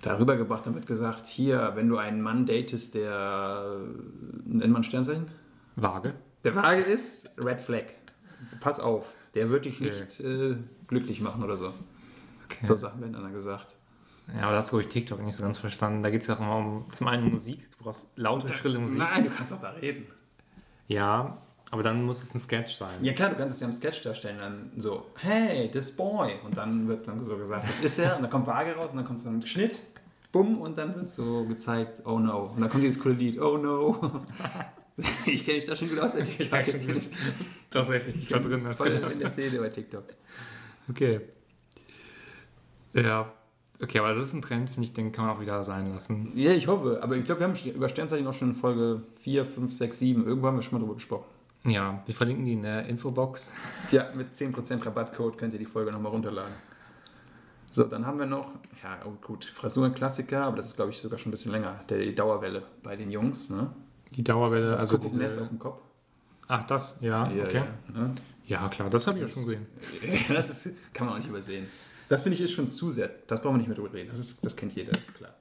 darüber gebracht. Dann wird gesagt, hier, wenn du einen Mann datest, der, äh, nennt man Sternzeichen? Waage. Der Waage ist, Red Flag. Pass auf, der wird dich Okay. nicht äh, glücklich machen oder so. Okay. So Sachen werden dann gesagt. Ja, aber das habe ich TikTok nicht so ganz verstanden. Da geht es ja auch immer um zum einen um Musik. Du brauchst laute, schrille Musik. Nein, du kannst doch da reden. Ja, aber dann muss es ein Sketch sein. Ja klar, du kannst es ja im Sketch darstellen, dann so, hey, this boy. Und dann wird dann so gesagt, das ist er. Und dann kommt Waage raus und dann kommt so ein Schnitt, bumm, und dann wird so gezeigt, oh no. Und dann kommt dieses coole Lied, oh no. ich kenne mich da schon gut aus bei TikTok. schon gut. Du hast echt nicht da drin. Voll in der Szene bei TikTok. Okay. Ja. Okay, aber das ist ein Trend, finde ich, den kann man auch wieder sein lassen. Ja, ich hoffe. Aber ich glaube, wir haben schon über Sternzeichen auch schon in Folge 4, 5, 6, 7. Irgendwo haben wir schon mal drüber gesprochen. Ja, wir verlinken die in der Infobox. Tja, mit 10% Rabattcode könnt ihr die Folge nochmal runterladen. So, dann haben wir noch, ja oh gut, Frisuren Klassiker, aber das ist glaube ich sogar schon ein bisschen länger, der die Dauerwelle bei den Jungs, ne? Die Dauerwelle, Das also also Nest auf diese, dem Kopf. Ach, das, ja, Ja, okay. ja, ne? Ja, klar, das habe ich ja schon gesehen. Das ist, kann man auch nicht übersehen. Das finde ich ist schon zu sehr, das brauchen wir nicht mehr drüber reden, das, ist, das kennt jeder, das ist klar.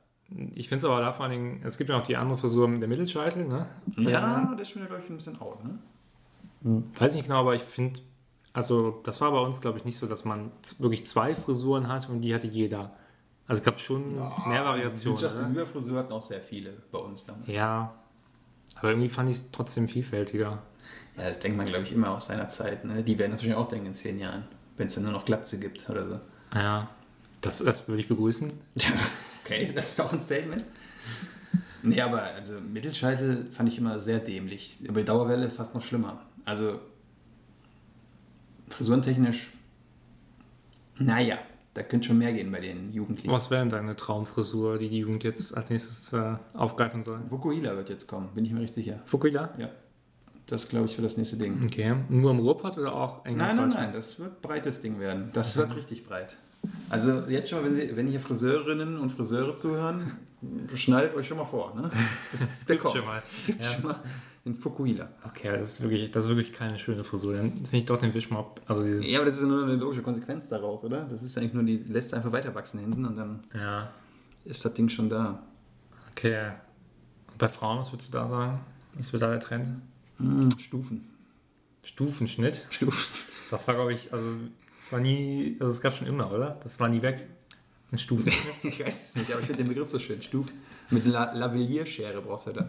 Ich finde es aber da vor allen Dingen, es gibt ja noch die andere Frisur mit der Mittelscheitel, ne? Ja, das ist schon glaube ich ein bisschen out, ne? Weiß nicht genau, aber ich finde, also das war bei uns, glaube ich, nicht so, dass man z- wirklich zwei Frisuren hatte und die hatte jeder. Also es gab schon mehr Ah, Die Variationen. Justin oder? Bieber Frisur hatten auch sehr viele bei uns damals. Ja, aber irgendwie fand ich es trotzdem vielfältiger. Ja, das denkt man glaube ich immer aus seiner Zeit, ne? Die werden natürlich auch denken in zehn Jahren, wenn es dann nur noch Glatze gibt oder so. Ja, das, das würde ich begrüßen. Okay, das ist auch ein Statement. Nee, aber also Mittelscheitel fand ich immer sehr dämlich. Aber die Dauerwelle fast noch schlimmer. Also frisurentechnisch, naja, da könnte schon mehr gehen bei den Jugendlichen. Was wäre denn deine Traumfrisur, die die Jugend jetzt als nächstes äh, aufgreifen soll? Vokuhila wird jetzt kommen, bin ich mir recht sicher. Fukuila? Ja, das glaube ich für das nächste Ding. Okay, nur im Ruhrpott oder auch Englisch? Nein, nein, nein, das wird breites Ding werden. Das wird richtig breit. Also jetzt schon mal, wenn, Sie, wenn hier Friseurinnen und Friseure zuhören, schneidet euch schon mal vor. Ne? Das ist der Kopf. Schon mal. Gibt Ja. schon mal den Fukuhila. Okay, das ist, wirklich, das ist wirklich keine schöne Frisur. Dann finde ich doch den Wischmopp, also dieses... Ja, aber das ist ja nur eine logische Konsequenz daraus, oder? Das ist eigentlich nur, die lässt einfach weiter wachsen hinten und dann ja. ist das Ding schon da. Okay. Und bei Frauen, was würdest du da sagen? Was wird da der Trend? Hm, Stufen. Stufenschnitt. Stufen. Das war, glaube ich, also das war nie, also es gab schon immer, oder? Das war nie weg. Ein Stufenschnitt. Ich weiß es nicht, aber ich finde den Begriff so schön. Stufen. Mit La Lavallierschere brauchst du halt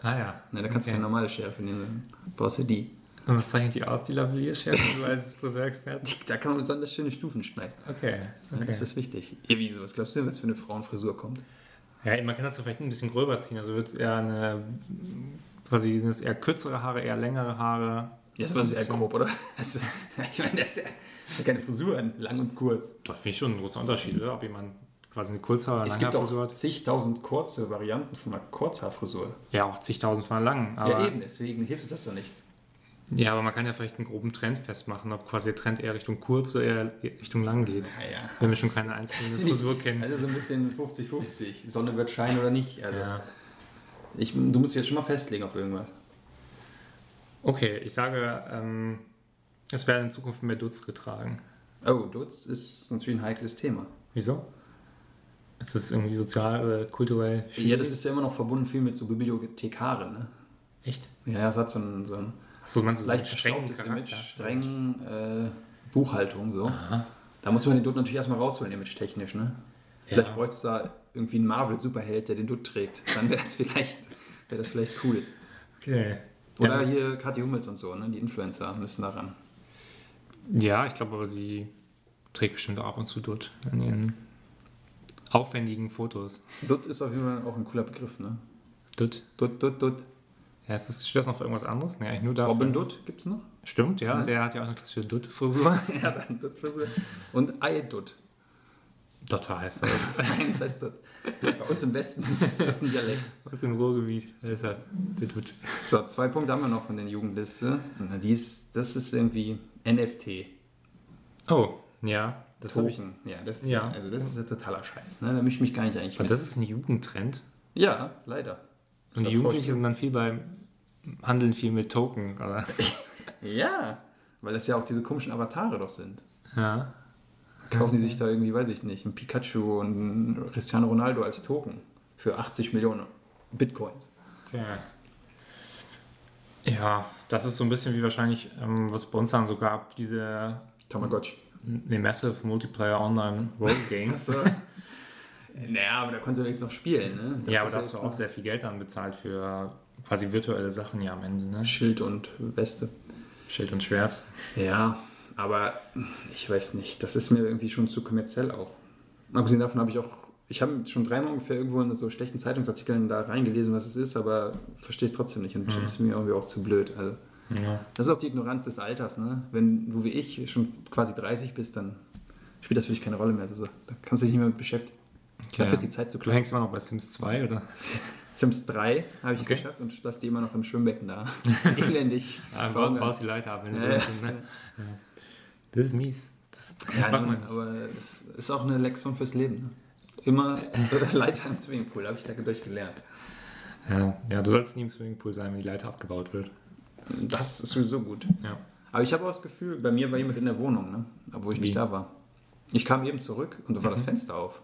da. ah ja. Na, da kannst du Okay. keine normale Schere für nehmen. dann Brauchst du die. Und was zeichnet die aus, die Lavalierschere, du als Friseurexperte? Da kann man besonders schöne Stufen schneiden. Okay. Ja, Das okay. ist wichtig. Ja, wieso? Was glaubst du denn, was für eine Frauenfrisur kommt? Ja, man kann das so vielleicht ein bisschen gröber ziehen. Also wird es eher eine, quasi sind es eher kürzere Haare, eher längere Haare. Das war sehr So- grob, oder? Also, ich meine, das ist ja keine Frisur an, lang und kurz. Da finde ich schon ein großer Unterschied, oder? Ob jemand quasi eine Kurzhaar- Es gibt auch zigtausend kurze Varianten von einer Kurzhaarfrisur. Ja, auch zigtausend von langen. Aber, Ja, eben, deswegen hilft es das doch nichts. ja, aber man kann ja vielleicht einen groben Trend festmachen, ob quasi der Trend eher Richtung kurz oder eher Richtung lang geht. Naja. Wenn wir schon keine einzelne Frisur kennen. Ah, Also so ein bisschen 50-50. Sonne wird scheinen oder nicht. Also ich, du musst dich jetzt schon mal festlegen auf irgendwas. Okay, ich sage, ähm, es werden in Zukunft mehr Dutz getragen. Oh, Dutz ist natürlich ein heikles Thema. Wieso? Ist das irgendwie sozial oder kulturell? Ja, das ist ja immer noch verbunden viel mit so Bibliothekaren. Ne? Echt? Ja, ja, es hat so einen, so einen Achso, man so leicht einen strengen verstaubtes Image, Charakter. strengen äh, Buchhaltung so. Da muss man den Dutt natürlich erstmal rausholen, image-technisch. Ne? Vielleicht bräuchte es da irgendwie einen Marvel-Superheld, der den Dutt trägt. Dann wäre das vielleicht, wär das vielleicht cool. Okay. Oder ja, das- hier Kathi Hummels und so, ne? die Influencer müssen daran. ja, ich glaube aber, sie trägt bestimmt auch ab und zu Dutt an ihren aufwendigen Fotos. Dutt ist auf jeden Fall auch ein cooler Begriff. Ne? Dutt. Dutt, Dutt, Dutt. Ja, ist das, steht das noch für irgendwas anderes? Nee, eigentlich nur dafür. Robin Dutt gibt es noch? Stimmt, ja, Ja. der hat ja auch eine klassische Dutt-Frisur. ja, dann Dutt. Frisur. Und Ei Dutt. Dotter heißt das. Nein, das heißt Dutt. Bei uns im Westen ist das ein Dialekt. Aus dem Ruhrgebiet. Das ist halt der Dutt. So, zwei Punkte haben wir noch von der Jugendliste. Na, die ist, das ist irgendwie NFT. Oh, ja, das habe ich. Token. Ja, das ist, Ja. Also das ist ja totaler Scheiß. Ne? Da mische ich mich gar nicht eigentlich Und mit. das ist ein Jugendtrend. Ja, leider. Und ja die Jugendlichen sind dann viel beim Handeln viel mit Token. Oder? Ja, weil das ja auch diese komischen Avatare doch sind. Ja. Kaufen die sich da irgendwie, weiß ich nicht, ein Pikachu und einen Cristiano Ronaldo als Token für 80 Millionen Bitcoins. Ja. Ja, das ist so ein bisschen wie wahrscheinlich, ähm, was es bei uns dann so gab, diese Tamagotchi. Mhm. nee, Massive Multiplayer Online Role Games. naja, aber da konntest du wenigstens noch spielen, ne? ja, aber ist da hast du jetzt auch sehr viel Geld dann bezahlt für quasi virtuelle Sachen ja am Ende, ne? Schild und Weste. Schild und Schwert. Ja, aber ich weiß nicht, das ist mir irgendwie schon zu kommerziell auch. Abgesehen davon habe ich auch, ich habe schon dreimal ungefähr irgendwo in so schlechten Zeitungsartikeln da reingelesen, was es ist, aber verstehe es trotzdem nicht und das ist mir irgendwie auch zu blöd. Also, Ja. das ist auch die Ignoranz des Alters, ne? Wenn du wie ich schon quasi 30 bist, dann spielt das für dich keine Rolle mehr. Also, so, da kannst du dich nicht mehr mit beschäftigen. Dafür ist die Zeit zu Du klein. hängst immer noch bei Sims 2, oder? Sims 3 habe ich Okay. geschafft und lasse die immer noch im Schwimmbecken da. Elendig. Ah, ba- Verhungert. baust die Leiter ab. Wenn du ne? Ja, ja. so bist, ne? Ja. Das ist mies. Das, das Ja, mag nun, man. aber es ist auch eine Lektion fürs Leben. Ne? Immer Leiter im Swimmingpool, habe ich da durchgelernt. Ja. ja, du sollst nie im Swimmingpool sein, wenn die Leiter abgebaut wird. Das ist sowieso gut. Ja. Aber ich habe auch das Gefühl, bei mir war jemand in der Wohnung, ne? obwohl ich Wie? Mhm. nicht da war. Ich kam eben zurück und da war das Fenster auf.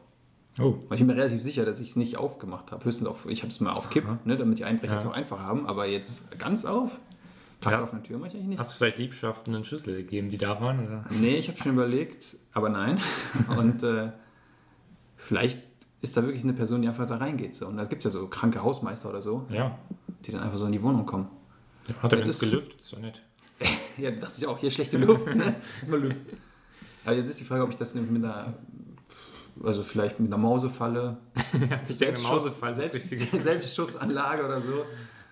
Oh, Und ich bin mir relativ sicher, dass ich es nicht aufgemacht habe. Höchstens auf, ich habe es mal auf Kipp, Aha. ne, damit die Einbrecher Ja. es auch einfach haben, aber jetzt ganz auf. Tag Ja. auf eine Tür mache ich eigentlich nicht. hast du vielleicht Liebschaften einen Schlüssel gegeben, die da waren? Oder? Nee, ich habe schon überlegt, aber nein. Und äh, vielleicht ist da wirklich eine Person, die einfach da reingeht. So. Und da gibt es ja so kranke Hausmeister oder so, Ja. die dann einfach so in die Wohnung kommen. Hat er Das das ist- gelüftet? Ist doch nett. Ja, da dachte ich auch, hier schlechte Luft. Ne? Jetzt mal lüften. Aber jetzt ist die Frage, ob ich das nämlich mit einer, also vielleicht mit einer Mausefalle, Selbstschuss, Mausefalle, das Selbst, Richtige. Selbstschussanlage oder so.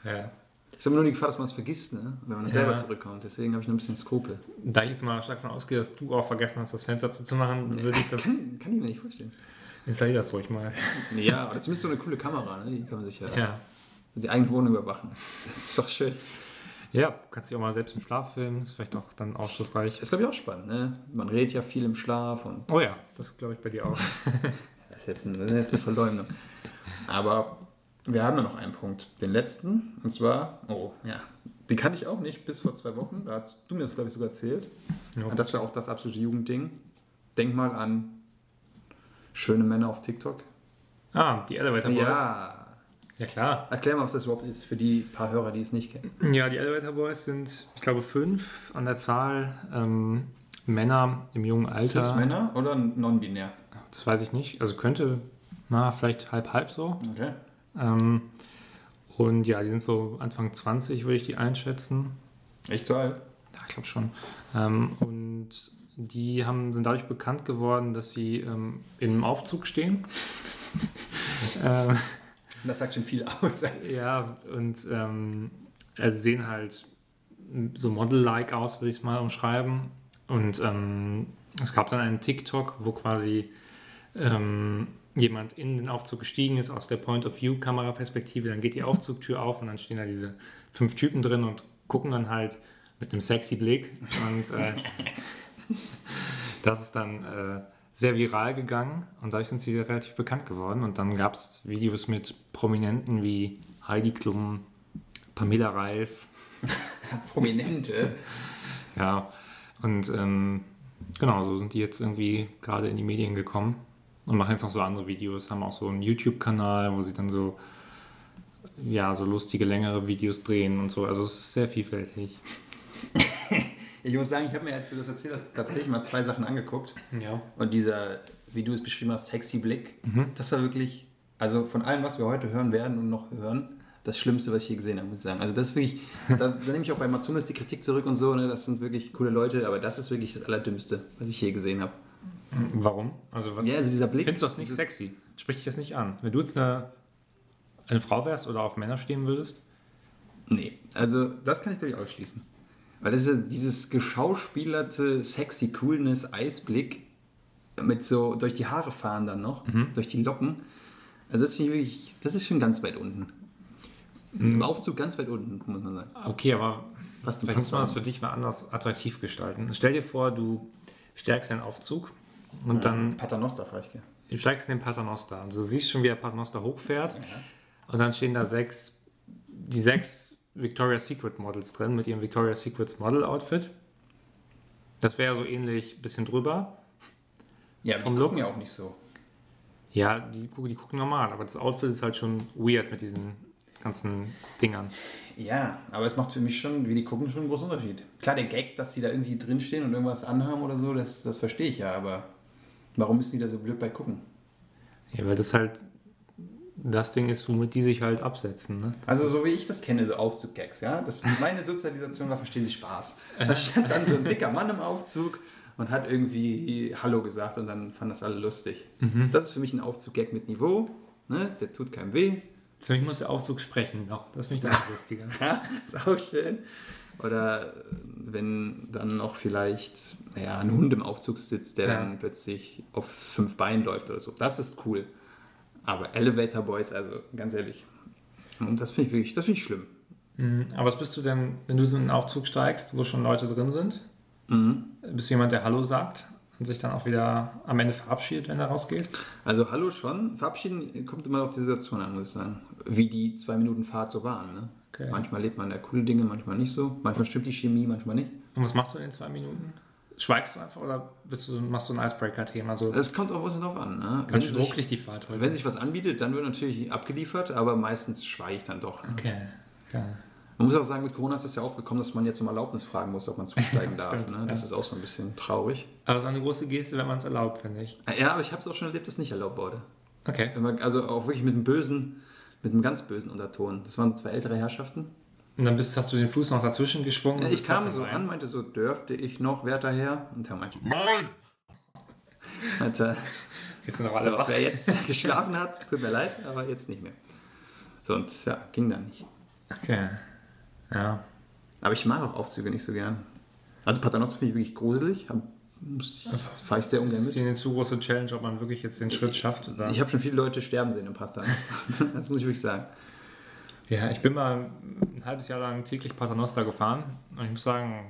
Ja. Ich habe nur die Gefahr, dass man es vergisst, ne? wenn man dann Ja. selber zurückkommt. Deswegen habe ich noch ein bisschen Skrupel. Da ich jetzt mal stark davon ausgehe, dass du auch vergessen hast, das Fenster zuzumachen, würde ich das. Kann, kann ich mir nicht vorstellen. Installier das ruhig mal. Ja, aber das ist so eine coole Kamera, ne? die kann man sich ja Ja. die eigene Wohnung überwachen. Das ist doch schön. Ja, kannst dich auch mal selbst im Schlaf filmen, ist vielleicht auch dann aufschlussreich. Ist, glaube ich, auch spannend. Ne? Man redet ja viel im Schlaf und Oh ja, das glaube ich bei dir auch. das ist jetzt, ein, das ist jetzt eine Verleumdung. Aber wir haben ja noch einen Punkt, den letzten. Und zwar, oh ja, den kannte ich auch nicht bis vor zwei Wochen. Da hast du mir das, glaube ich, sogar erzählt. Ja. Und das wäre auch das absolute Jugendding. Denk mal an schöne Männer auf TikTok. Ah, die Elevator Boys. Ja. ja klar. Erklär mal, was das überhaupt ist für die paar Hörer, die es nicht kennen. Ja, die Elevator Boys sind, ich glaube, fünf an der Zahl ähm, Männer im jungen Alter. Cis-Männer oder non-binär? Das weiß ich nicht. Also könnte, na, vielleicht halb halb so. Okay. Ähm, und ja, die sind so Anfang 20, würde ich die einschätzen. Echt so alt? Ja, ich glaube schon. Ähm, und die haben, sind dadurch bekannt geworden, dass sie ähm, in einem Aufzug stehen. ähm, Das sagt schon viel aus. ja, und ähm, also sehen halt so Model-like aus, würde ich es mal umschreiben. Und ähm, es gab dann einen TikTok, wo quasi ähm, jemand in den Aufzug gestiegen ist, aus der Point-of-View-Kameraperspektive, dann geht die Aufzugtür auf und dann stehen da diese fünf Typen drin und gucken dann halt mit einem sexy Blick. Und äh, das ist dann äh, sehr viral gegangen und dadurch sind sie relativ bekannt geworden. Und dann gab es Videos mit Prominenten wie Heidi Klum, Pamela Reif. Prominente. Ja, und ähm, genau, so sind die jetzt irgendwie gerade in die Medien gekommen und machen jetzt noch so andere Videos, haben auch so einen YouTube-Kanal, wo sie dann so ja, so lustige, längere Videos drehen und so. Also es ist sehr vielfältig. Ich muss sagen, ich habe mir, als du das erzählt hast, tatsächlich mal zwei Sachen angeguckt. Ja. Und dieser, wie du es beschrieben hast, sexy Blick, Mhm. das war wirklich, also von allem, was wir heute hören werden und noch hören, das Schlimmste, was ich je gesehen habe, muss ich sagen. Also das ist wirklich, da, da nehme ich auch bei Matsunas die Kritik zurück und so, ne? das sind wirklich coole Leute, aber das ist wirklich das Allerdümmste, was ich je gesehen habe. Warum? Also was? Ja, also dieser Blick. Findest du das nicht dieses- sexy? Sprich dich das nicht an. Wenn du jetzt eine, eine Frau wärst oder auf Männer stehen würdest, Nee, also das kann ich glaube ich ausschließen. Weil das ist ja dieses geschauspielerte sexy Coolness Eisblick mit so durch die Haare fahren dann noch, Mhm. durch die Locken. Also das finde ich wirklich, das ist schon ganz weit unten. Mhm. Im Aufzug ganz weit unten, muss man sagen. okay, aber Ah. Was du vielleicht muss passt man das für dich mal anders attraktiv gestalten. Stell dir vor, du stärkst deinen Aufzug und dann Paternoster fahre ich gerne. Du steigst in den Paternoster und du siehst schon, wie der Paternoster hochfährt. Und dann stehen da sechs, die sechs Victoria's Secret Models drin mit ihrem Victoria's Secret Model Outfit. Das wäre so ähnlich, bisschen drüber. Ja, aber Vom die Look? gucken ja auch nicht so. Ja, die, gu- die gucken normal, aber das Outfit ist halt schon weird mit diesen ganzen Dingern. Ja, aber es macht für mich schon, wie die gucken, schon einen großen Unterschied. Klar, der Gag, dass die da irgendwie drinstehen und irgendwas anhaben oder so, das, das verstehe ich ja, aber warum müssen die da so blöd bei gucken? Ja, weil das halt das Ding ist, womit die sich halt absetzen. Ne? Also so wie ich das kenne, so Aufzuggags, ja. Das, meine Sozialisation war, verstehen Sie Spaß. Da stand dann so ein dicker Mann im Aufzug und hat irgendwie Hallo gesagt und dann fanden das alle lustig. Das ist für mich ein Aufzuggag mit Niveau, ne? der tut keinem weh, Für mich muss der Aufzug sprechen noch. Das finde ich dann auch lustiger. ja, ist auch schön. Oder äh, wenn dann noch vielleicht ja, ein Hund im Aufzug sitzt, der Ja. dann plötzlich auf fünf Beinen läuft oder so. Das ist cool. Aber Elevator Boys, also ganz ehrlich, und das finde ich wirklich, das finde ich schlimm. Mhm, Aber was bist du denn, wenn du so in einen Aufzug steigst, wo schon Leute drin sind? Mhm. Bist du jemand, der Hallo sagt und sich dann auch wieder am Ende verabschiedet, wenn er rausgeht? Also hallo schon. Verabschieden kommt immer auf die Situation an, muss ich sagen. Wie die zwei Minuten Fahrt so waren. Ne? Okay. Manchmal lebt man da coole Dinge, manchmal nicht so. Manchmal stimmt die Chemie, manchmal nicht. Und was machst du in den zwei Minuten? Schweigst du einfach oder bist du, machst du ein Icebreaker-Thema? So Es kommt auch was drauf an. Ne? Wenn, ganz schön sich, ruckelig die Fahrt heute. wenn sich was anbietet, dann wird natürlich abgeliefert, aber meistens schweige ich dann doch. Ne? okay, ja. Man muss auch sagen, mit Corona ist das ja aufgekommen, dass man jetzt um Erlaubnis fragen muss, ob man zusteigen darf. Stimmt, Ne? Das ja. ist auch so ein bisschen traurig. Aber es ist eine große Geste, wenn man es erlaubt, finde ich. Ja, aber ich habe es auch schon erlebt, dass nicht erlaubt wurde. Okay. Wenn man- Also auch wirklich mit einem bösen, mit einem ganz bösen Unterton. Das waren zwei ältere Herrschaften. Und dann bist, hast du den Fuß noch dazwischen geschwungen. und Ich bist kam trotzdem so rein. an, meinte so, dürfte ich noch, werter Herr? Und er meinte, Nein! Alter, Jetzt sind auch alle also, wach. wer jetzt geschlafen hat, tut mir leid, aber jetzt nicht mehr. So, und ja, ging dann nicht. Okay. Ja. Aber ich mag auch Aufzüge nicht so gern. Also Paternoster finde ich wirklich gruselig, fahre ich sehr ungern Ist es mit. dir eine zu große Challenge, ob man wirklich jetzt den Schritt schafft? Oder? Ich habe schon viele Leute sterben sehen im Paternoster. Das muss ich wirklich sagen. Ja, ich bin mal ein halbes Jahr lang täglich Paternoster gefahren und ich muss sagen,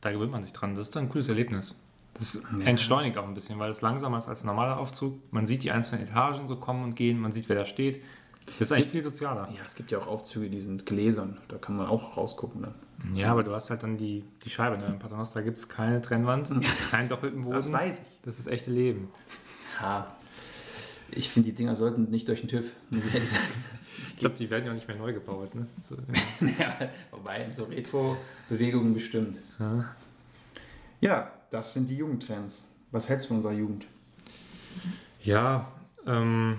da gewöhnt man sich dran. Das ist ein cooles Erlebnis. Das entschleunigt auch ein bisschen, weil es langsamer ist als ein normaler Aufzug. Man sieht die einzelnen Etagen so kommen und gehen, man sieht, wer da steht. Das ist eigentlich viel sozialer. Ja, es gibt ja auch Aufzüge, die sind gläsern. Da kann man auch rausgucken ne? dann. Ja, aber du hast halt dann die, die Scheibe. Ne? Im Paternoster gibt es keine Trennwand, keinen doppelten Boden. das weiß ich. Das ist echte Leben. Ha. Ich finde, die Dinger sollten nicht durch den TÜV, muss ich ehrlich sagen. Ich glaube, die werden ja auch nicht mehr neu gebaut. Ne? So, Ja, wobei in so Retro-Bewegungen bestimmt. ja. Ja, das sind die Jugendtrends. Was hältst du von unserer Jugend? Ja, ähm,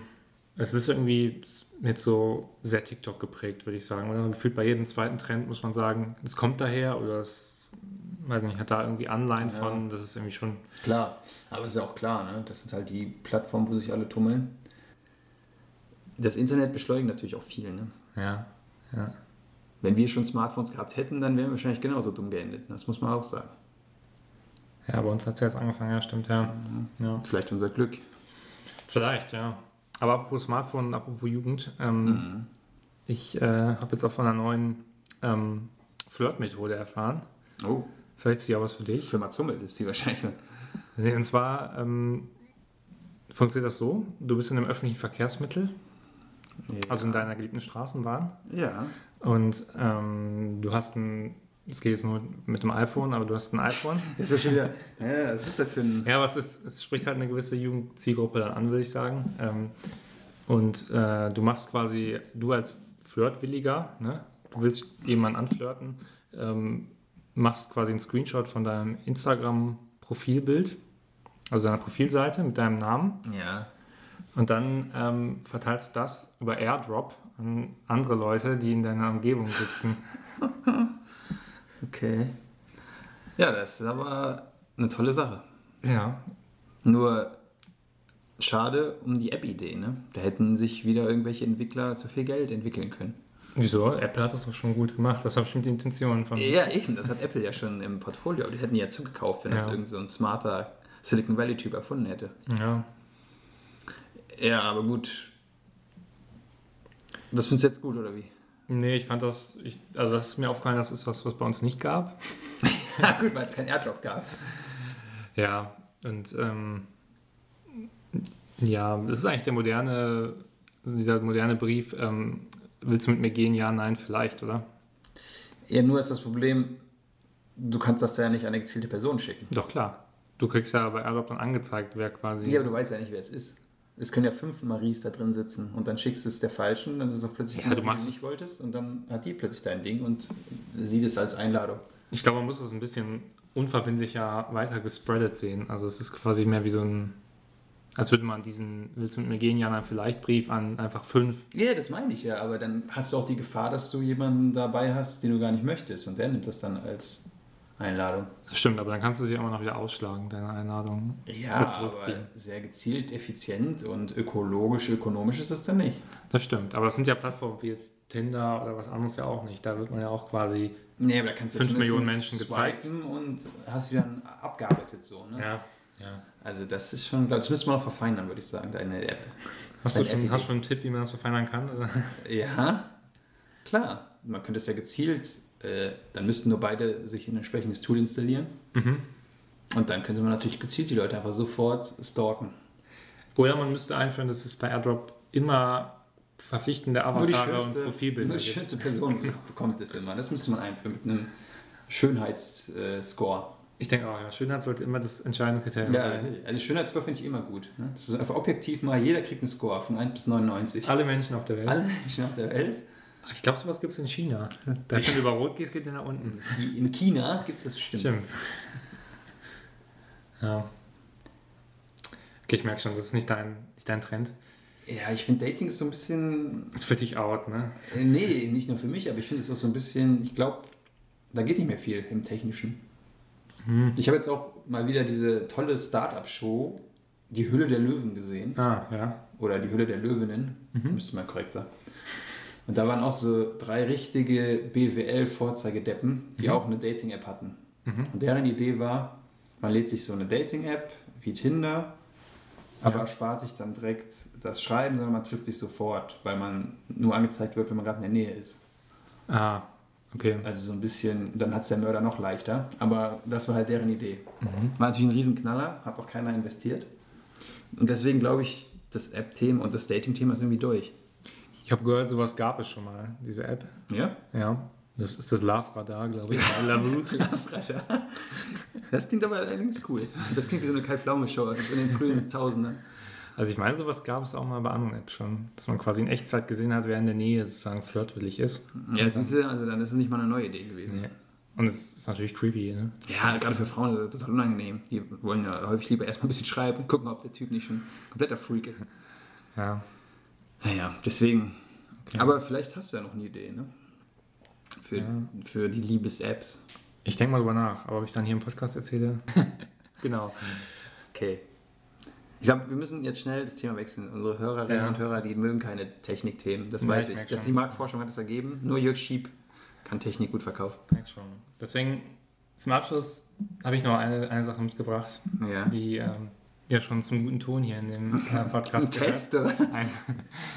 es ist irgendwie jetzt so sehr TikTok geprägt, würde ich sagen. Oder gefühlt bei jedem zweiten Trend muss man sagen, es kommt daher oder es, weiß nicht, hat da irgendwie Anleihen Ja. von. Das ist irgendwie schon. Klar, aber es ist auch klar, ne? das sind halt die Plattformen, wo sich alle tummeln. Das Internet beschleunigt natürlich auch viel. Ne? Ja. ja. Wenn wir schon Smartphones gehabt hätten, dann wären wir wahrscheinlich genauso dumm geendet. ne? Das muss man auch sagen. Ja, bei uns hat es ja jetzt angefangen, ja, stimmt, ja. ja. Vielleicht unser Glück. Vielleicht, ja. Aber apropos Smartphone, apropos Jugend, ähm, ich äh, habe jetzt auch von einer neuen ähm, Flirt-Methode erfahren. Oh, Vielleicht ist die auch was für dich. für Mats Hummel ist die wahrscheinlich. Nee, und zwar ähm, funktioniert das so: Du bist in einem öffentlichen Verkehrsmittel, also in deiner geliebten Straßenbahn, Ja. und ähm, du hast ein, es geht jetzt nur mit dem iPhone, aber du hast ein iPhone. Das ist ja schon wieder. Ja, was ist das für ein. Ja, aber es, ist, es spricht halt eine gewisse Jugendzielgruppe dann an, würde ich sagen. Ähm, und äh, du machst quasi, du als Flirtwilliger, ne? du willst jemanden anflirten, ähm, machst quasi einen Screenshot von deinem Instagram-Profilbild, also deiner Profilseite mit deinem Namen. Ja. Und dann ähm, verteilst du das über Airdrop an andere Leute, die in deiner Umgebung sitzen. Okay. Ja, das ist aber eine tolle Sache. ja, Nur schade um die App-Idee, ne? Da hätten sich wieder irgendwelche Entwickler zu viel Geld entwickeln können. wieso? Apple hat das doch schon gut gemacht. Das war bestimmt die Intention von. Ja, eben, das hat Apple ja schon im Portfolio. Die hätten die ja zugekauft, wenn das Ja. irgend so ein smarter Silicon Valley-Typ erfunden hätte. Ja, Ja, aber gut. Das findest du jetzt gut, oder wie? Nee, ich fand das, ich, also das ist mir aufgefallen, das ist was, was bei uns nicht gab. Ja, gut, weil es keinen Airdrop gab. Ja. Und ähm, ja, das ist eigentlich der moderne, also dieser moderne Brief, ähm, willst du mit mir gehen? Ja, nein, vielleicht, oder? Ja, nur ist das Problem, du kannst das ja nicht an eine gezielte Person schicken. Doch, klar. Du kriegst ja bei Airdrop dann angezeigt, wer quasi... Ja, aber du weißt ja nicht, wer es ist. Es können ja fünf Maries da drin sitzen und dann schickst du es der Falschen, dann ist es doch plötzlich Ja, die, du machst die du es- nicht wolltest und dann hat die plötzlich dein Ding und sieht es als Einladung. ich glaube, man muss das ein bisschen unverbindlicher weiter gespreadet sehen. Also es ist quasi mehr wie so ein, als würde man diesen, willst du mit mir gehen? Ja, nein, vielleicht Brief an einfach fünf. Ja, das meine ich ja, aber dann hast du auch die Gefahr, dass du jemanden dabei hast, den du gar nicht möchtest und der nimmt das dann als Einladung. Das stimmt, aber dann kannst du sie immer noch wieder ausschlagen, deine Einladung. Ja, Oder aber zurückziehen. sehr gezielt, effizient und ökologisch, ökonomisch ist das dann nicht. Das stimmt, aber es sind ja Plattformen wie jetzt Tinder oder was anderes ja auch nicht. Da wird man ja auch quasi. Nee, aber da kannst du Fünf zumindest Millionen Menschen gezeigt. swipen und hast wieder ein- abgearbeitet so. Ne? Ja. ja. Also das ist schon, das müsste man noch verfeinern, würde ich sagen, deine App. Hast, du Ein schon, App-Idee. hast du schon einen Tipp, wie man das verfeinern kann? Ja, klar. Man könnte es ja gezielt, äh, dann müssten nur beide sich ein entsprechendes Tool installieren. Mhm. Und dann könnte man natürlich gezielt die Leute einfach sofort stalken. Oder man müsste einführen, dass es bei Airdrop immer verpflichtende Avatare und Profilbilder nur die gibt. schönste Person bekommt es immer. Das müsste man einführen mit einem Schönheitsscore. Ich denke auch, ja, Schönheit sollte immer das entscheidende Kriterium Ja, sein. also Schönheitsscore finde ich immer gut. Ne? Das ist einfach objektiv mal, jeder kriegt einen Score von 1 bis 99. Alle Menschen auf der Welt. Alle Menschen auf der Welt. Ich glaube, sowas gibt es in China. Da wenn du über Rot geht, geht der nach unten. Die- In China gibt es das bestimmt. Stimmt. Ja. Okay, ich merke schon, das ist nicht dein, nicht dein Trend. Ja, ich finde Dating ist so ein bisschen. Das ist für dich out, ne? Äh, nee, nicht nur für mich, aber ich finde es ist auch so ein bisschen. Ich glaube, da geht nicht mehr viel im Technischen. Ich habe jetzt auch mal wieder diese tolle Startup-Show, Die Hülle der Löwen, gesehen. Ah, ja. Oder Die Hülle der Löwinnen, müsste man korrekt sagen. Und da waren auch so drei richtige BWL-Vorzeigedeppen, die auch eine Dating-App hatten. Und deren Idee war, man lädt sich so eine Dating-App wie Tinder, aber Ja. spart sich dann direkt das Schreiben, sondern man trifft sich sofort, weil man nur angezeigt wird, wenn man gerade in der Nähe ist. Ah, okay. Also so ein bisschen, dann hat es der Mörder noch leichter. Aber das war halt deren Idee. War natürlich ein Riesenknaller, hat auch keiner investiert. Und deswegen glaube ich, das App-Thema und das Dating-Thema ist irgendwie durch. Ich habe gehört, sowas gab es schon mal, diese App. Ja? Ja. Das ist das Love Radar, glaube ich. bei Lavu. Das klingt aber allerdings cool. Das klingt wie so eine Kai-Pflaume-Show in den frühen Tausenden. also ich meine, sowas gab es auch mal bei anderen Apps schon, dass man quasi in Echtzeit gesehen hat, wer in der Nähe sozusagen flirtwillig ist. Ja, das ist, ja- also dann ist es nicht mal eine neue Idee gewesen. Nee. Und es ist natürlich creepy, ne? Ja, gerade für Frauen ist das total unangenehm. Die wollen ja häufig lieber erstmal ein bisschen schreiben und gucken, ob der Typ nicht schon ein kompletter Freak ist. Ja. Naja, deswegen. Aber vielleicht hast du ja noch eine Idee, ne? Für, für die Liebes-Apps. Ich denke mal drüber nach, aber ob ich dann hier im Podcast erzähle. genau. Okay. Ich glaube, wir müssen jetzt schnell das Thema wechseln. Unsere Hörerinnen Ja. und Hörer, die mögen keine Technikthemen. Das Ja, weiß ich ich. merk Das, schon. die Marktforschung hat es ergeben. Nur Jörg Schieb kann Technik gut verkaufen. Merk schon. Deswegen, zum Abschluss habe ich noch eine, eine Sache mitgebracht, Ja. die ähm, Ja, schon zum guten Ton hier in dem äh, Podcast. Test, oder? Ein,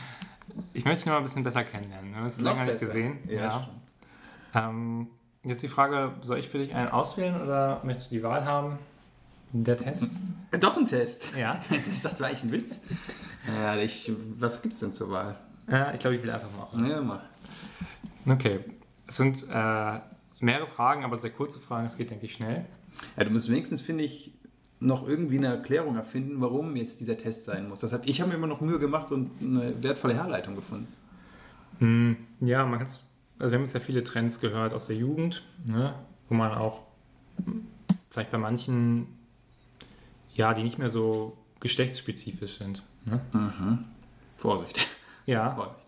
ich möchte dich noch ein bisschen besser kennenlernen. ne? Wir haben es Noch lange nicht besser. gesehen. Ja, Ähm, jetzt die Frage, soll ich für dich einen auswählen oder möchtest du die Wahl haben? Der Test? Doch ein Test. Ja. Ich dachte, war ich ein Witz. Ja, ich, was gibt's denn zur Wahl? Äh, ich glaube, ich will einfach mal aus. Ja, mach. Okay. Es sind äh, mehrere Fragen, aber sehr kurze Fragen. Es geht, denke ich, schnell. Ja, du musst wenigstens, finde ich, noch irgendwie eine Erklärung erfinden, warum jetzt dieser Test sein muss. Das hat, ich habe mir immer noch Mühe gemacht und eine wertvolle Herleitung gefunden. Mm, Ja, man kann's, also wir haben jetzt ja viele Trends gehört aus der Jugend, ne, wo man auch mm, vielleicht bei manchen, ja, die nicht mehr so geschlechtsspezifisch sind. Ne? Vorsicht. Ja, Vorsicht.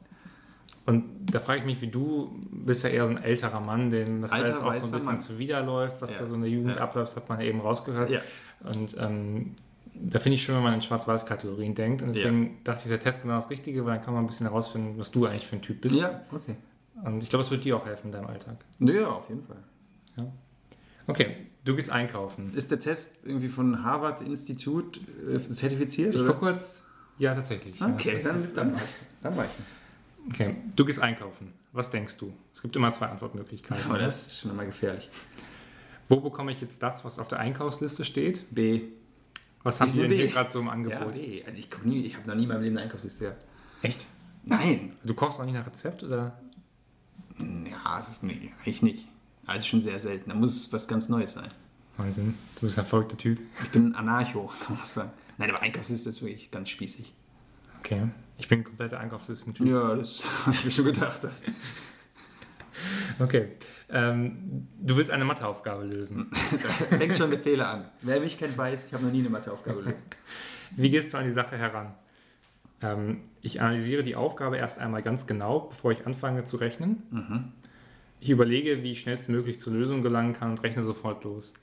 und da frage ich mich, wie du bist ja eher so ein älterer Mann, dem das Alter, alles auch so ein weißer bisschen Mann. zuwiderläuft, was Ja. da so in der Jugend Ja. abläuft, das hat man ja eben rausgehört. Ja. Und ähm, da finde ich schön, wenn man in Schwarz-Weiß-Kategorien denkt. Und deswegen dachte ich, dieser Test genau das Richtige, weil dann kann man ein bisschen herausfinden, was du eigentlich für ein Typ bist. Ja, okay. Und ich glaube, das wird dir auch helfen in deinem Alltag. Naja, auf jeden Fall. Okay, du gehst einkaufen. Ist der Test irgendwie von Harvard-Institut äh, zertifiziert? Ich oder? gucke kurz. Ja, tatsächlich. Okay, ja, das dann, ist- dann reicht. Dann reicht. okay, du gehst einkaufen. Was denkst du? Es gibt immer zwei Antwortmöglichkeiten. Aber das ist schon immer gefährlich. Wo bekomme ich jetzt das, was auf der Einkaufsliste steht? B. Was haben Ich die denn nehme hier B. gerade so im Ja, Angebot? B. Also ich, guck nie, ich habe noch nie in meinem Leben eine Einkaufsliste gehabt. Echt? Nein. Du kochst auch nicht nach Rezept oder? Ja, es ist nee, eigentlich nicht. Also schon sehr selten. Da muss es was ganz Neues sein. Wahnsinn, du bist ein verrückter Typ. Ich bin Anarcho, kann man sagen. Nein, aber Einkaufsliste ist wirklich ganz spießig. Okay. Ich bin ein kompletter Einkaufslisten-Typ. Ja, das habe ich mir schon gedacht. Das. Okay. Ähm, du willst eine Matheaufgabe lösen. Fängt schon der Fehler an. Wer mich kennt, weiß, ich habe noch nie eine Matheaufgabe gelöst. Wie gehst du an die Sache heran? Ähm, ich analysiere die Aufgabe erst einmal ganz genau, bevor ich anfange zu rechnen. Mhm. Ich überlege, wie ich schnellstmöglich zur Lösung gelangen kann und rechne sofort los.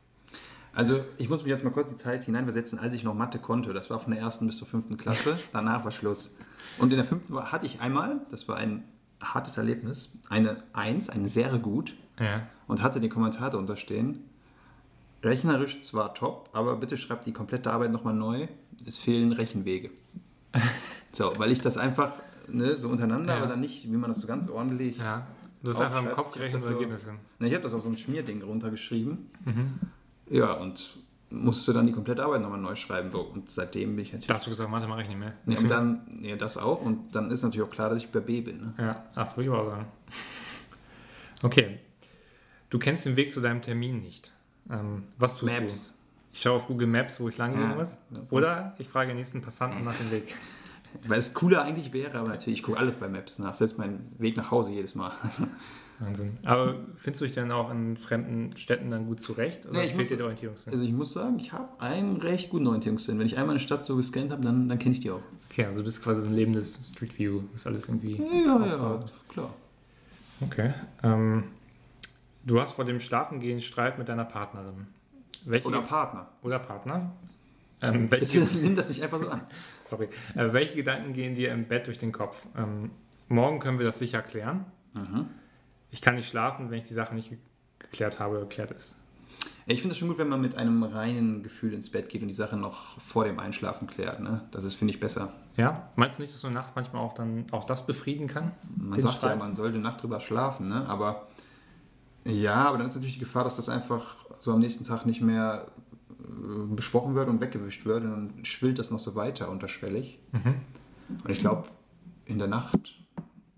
Also, ich muss mich jetzt mal kurz die Zeit hineinversetzen, als ich noch Mathe konnte. Das war von der ersten bis zur fünften Klasse. Danach war Schluss. Und in der fünften war- hatte ich einmal, das war ein hartes Erlebnis, eine Eins, eine sehr gut Ja. und hatte den Kommentar darunter stehen. Rechnerisch zwar top, aber bitte schreibt die komplette Arbeit nochmal neu. Es fehlen Rechenwege. So, weil ich das einfach ne, so untereinander, Ja. aber dann nicht, wie man das so ganz ordentlich. ja. Du hast einfach im Aufschreibt, Kopf ich hab gerechnet das und so- Ergebnisse. Na, ich habe das auf so ein Schmierding runtergeschrieben. Mhm. Ja, und musste dann die komplette Arbeit nochmal neu schreiben. So, Und seitdem bin ich natürlich. Da hast du gesagt, Mathe mache ich nicht mehr. Ja, und dann, ja, das auch. Und dann ist natürlich auch klar, dass ich bei B bin. Ne? Ja, das würde ich auch sagen. Okay. Du kennst den Weg zu deinem Termin nicht. Ähm, was tust du? Maps. Ich schaue auf Google Maps, wo ich lang gehen Ja. muss. Oder ich frage den nächsten Passanten nach dem Weg. Weil es cooler eigentlich wäre, aber natürlich, ich gucke alles bei Maps nach. Selbst mein Weg nach Hause jedes Mal. Wahnsinn. Aber findest du dich denn auch in fremden Städten dann gut zurecht? Oder Nee, ich fehlt muss- dir der Orientierungssinn? Also ich muss sagen, ich habe einen recht guten Orientierungssinn. Wenn ich einmal eine Stadt so gescannt habe, dann, dann kenne ich die auch. Okay, also du bist quasi so ein lebendes Street View. Ist alles irgendwie. aufsaugt. klar. Okay. Ähm, du hast vor dem Schlafengehen Streit mit deiner Partnerin. Welche Oder Partner. oder Partner? Ähm, welche, Bitte nimm das nicht einfach so an. sorry. Äh, welche Gedanken gehen dir im Bett durch den Kopf? Ähm, morgen können wir das sicher klären. Mhm. Ich kann nicht schlafen, wenn ich die Sache nicht ge- geklärt habe oder geklärt ist. Ich finde es schon gut, wenn man mit einem reinen Gefühl ins Bett geht und die Sache noch vor dem Einschlafen klärt. Ne? Das ist, finde ich, besser. Ja? Meinst du nicht, dass so eine Nacht manchmal auch dann auch das befrieden kann? Man Den sagt ja, Streit? man sollte Nacht drüber schlafen, ne? aber ja, aber dann ist natürlich die Gefahr, dass das einfach so am nächsten Tag nicht mehr äh, besprochen wird und weggewischt wird und dann schwillt das noch so weiter unterschwellig. Mhm. Und ich glaube, in der Nacht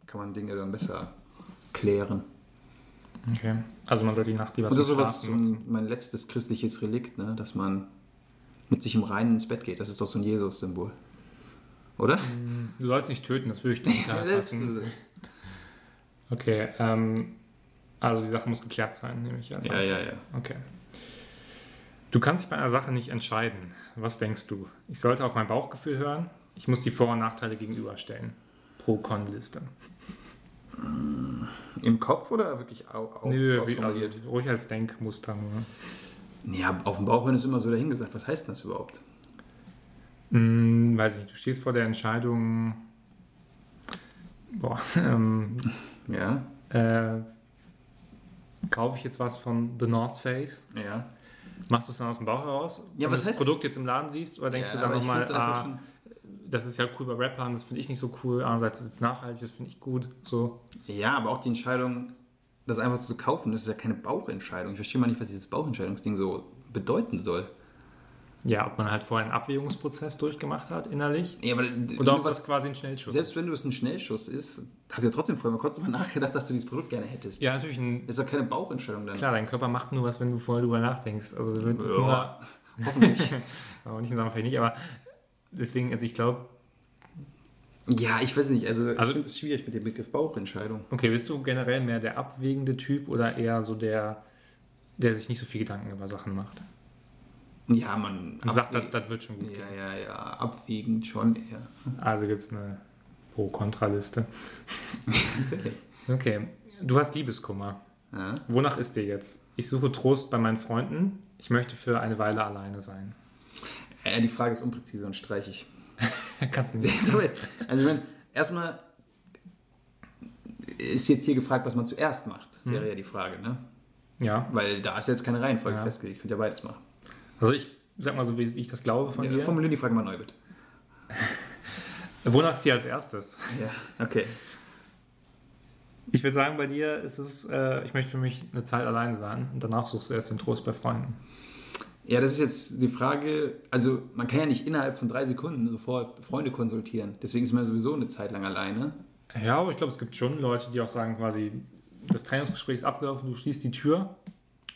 kann man Dinge dann besser klären. Okay. Also man sollte die Nacht lieber Und das ist zum sowas, ähm, so Schlafen nutzen. ein, mein letztes christliches Relikt, ne? dass man mit sich im Reinen ins Bett geht. Das ist doch so ein Jesus-Symbol. Oder? Du sollst nicht töten, das würde ich dir nicht Das- anfassen. Okay, ähm, also die Sache muss geklärt sein, nehme ich an. ja, ja, ja. Okay. Du kannst dich bei einer Sache nicht entscheiden. Was denkst du? Ich sollte auf mein Bauchgefühl hören. Ich muss die Vor- und Nachteile gegenüberstellen. Pro-Con-Liste. Im Kopf oder wirklich au- auf, Nö, wie, also, ausformuliert? ruhig als Denkmuster. Nur. Ja, auf dem Bauch hin ist immer so dahingesagt. Was heißt denn das überhaupt? Hm, weiß ich nicht, du stehst vor der Entscheidung. Boah, ähm, Ja, äh, kaufe ich jetzt was von The North Face? ja. Machst du es dann aus dem Bauch heraus? Ja, wenn was du das heißt- Produkt jetzt im Laden siehst, oder denkst Ja, du dann aber ich nochmal, find's einfach ah, das ist ja cool bei Rappern, das finde ich nicht so cool, andererseits ist es nachhaltig, das finde ich gut, so. Ja, aber auch die Entscheidung, das einfach zu kaufen, das ist ja keine Bauchentscheidung. Ich verstehe mal nicht, was dieses Bauchentscheidungsding so bedeuten soll. Ja, ob man halt vorher einen Abwägungsprozess durchgemacht hat, innerlich. Ja, aber Oder du ob das quasi ein Schnellschuss selbst wenn du es ein Schnellschuss ist, hast du ja trotzdem vorher mal kurz mal nachgedacht, dass du dieses Produkt gerne hättest. ist. Ja, natürlich, ein, Ist doch keine Bauchentscheidung dann. klar, dein Körper macht nur was, wenn du vorher drüber nachdenkst. Also, du willst es nur Ja, hoffentlich. Aber nicht sagen, vielleicht nicht, aber deswegen, also ich glaube, ja, ich weiß nicht, also, Also- ich finde es schwierig mit dem Begriff Bauchentscheidung. okay, bist du generell mehr der abwägende Typ oder eher so der, der sich nicht so viel Gedanken über Sachen macht? Ja, man Und sagt, abwägt. das, das wird schon gut Ja, ja, ja, abwiegend schon eher. gehen. Also gibt es eine Pro-Kontra-Liste. Okay, du hast Liebeskummer. Ja. Wonach ist dir jetzt? Ich suche Trost bei meinen Freunden. Ich möchte für eine Weile alleine sein. Äh, die Frage ist unpräzise und streichig. Kannst du nicht. Damit, also ich meine, erstmal ist jetzt hier gefragt, was man zuerst macht, wäre ja die Frage, ne? Ja, Weil da ist jetzt keine Reihenfolge Ja. festgelegt, ich könnte ja beides machen. also ich sag mal so, wie ich das glaube von Ja, dir. formulier die Frage mal neu, bitte. Wonach ist dir als erstes? Ja, okay. Ich würde sagen, bei dir ist es, äh, ich möchte für mich eine Zeit alleine sein und danach suchst du erst den Trost bei Freunden. Ja, das ist jetzt die Frage, also man kann ja nicht innerhalb von drei Sekunden sofort Freunde konsultieren. Deswegen ist man sowieso eine Zeit lang alleine. Ja, aber ich glaube, es gibt schon Leute, die auch sagen, quasi, das Trainingsgespräch ist abgelaufen, du schließt die Tür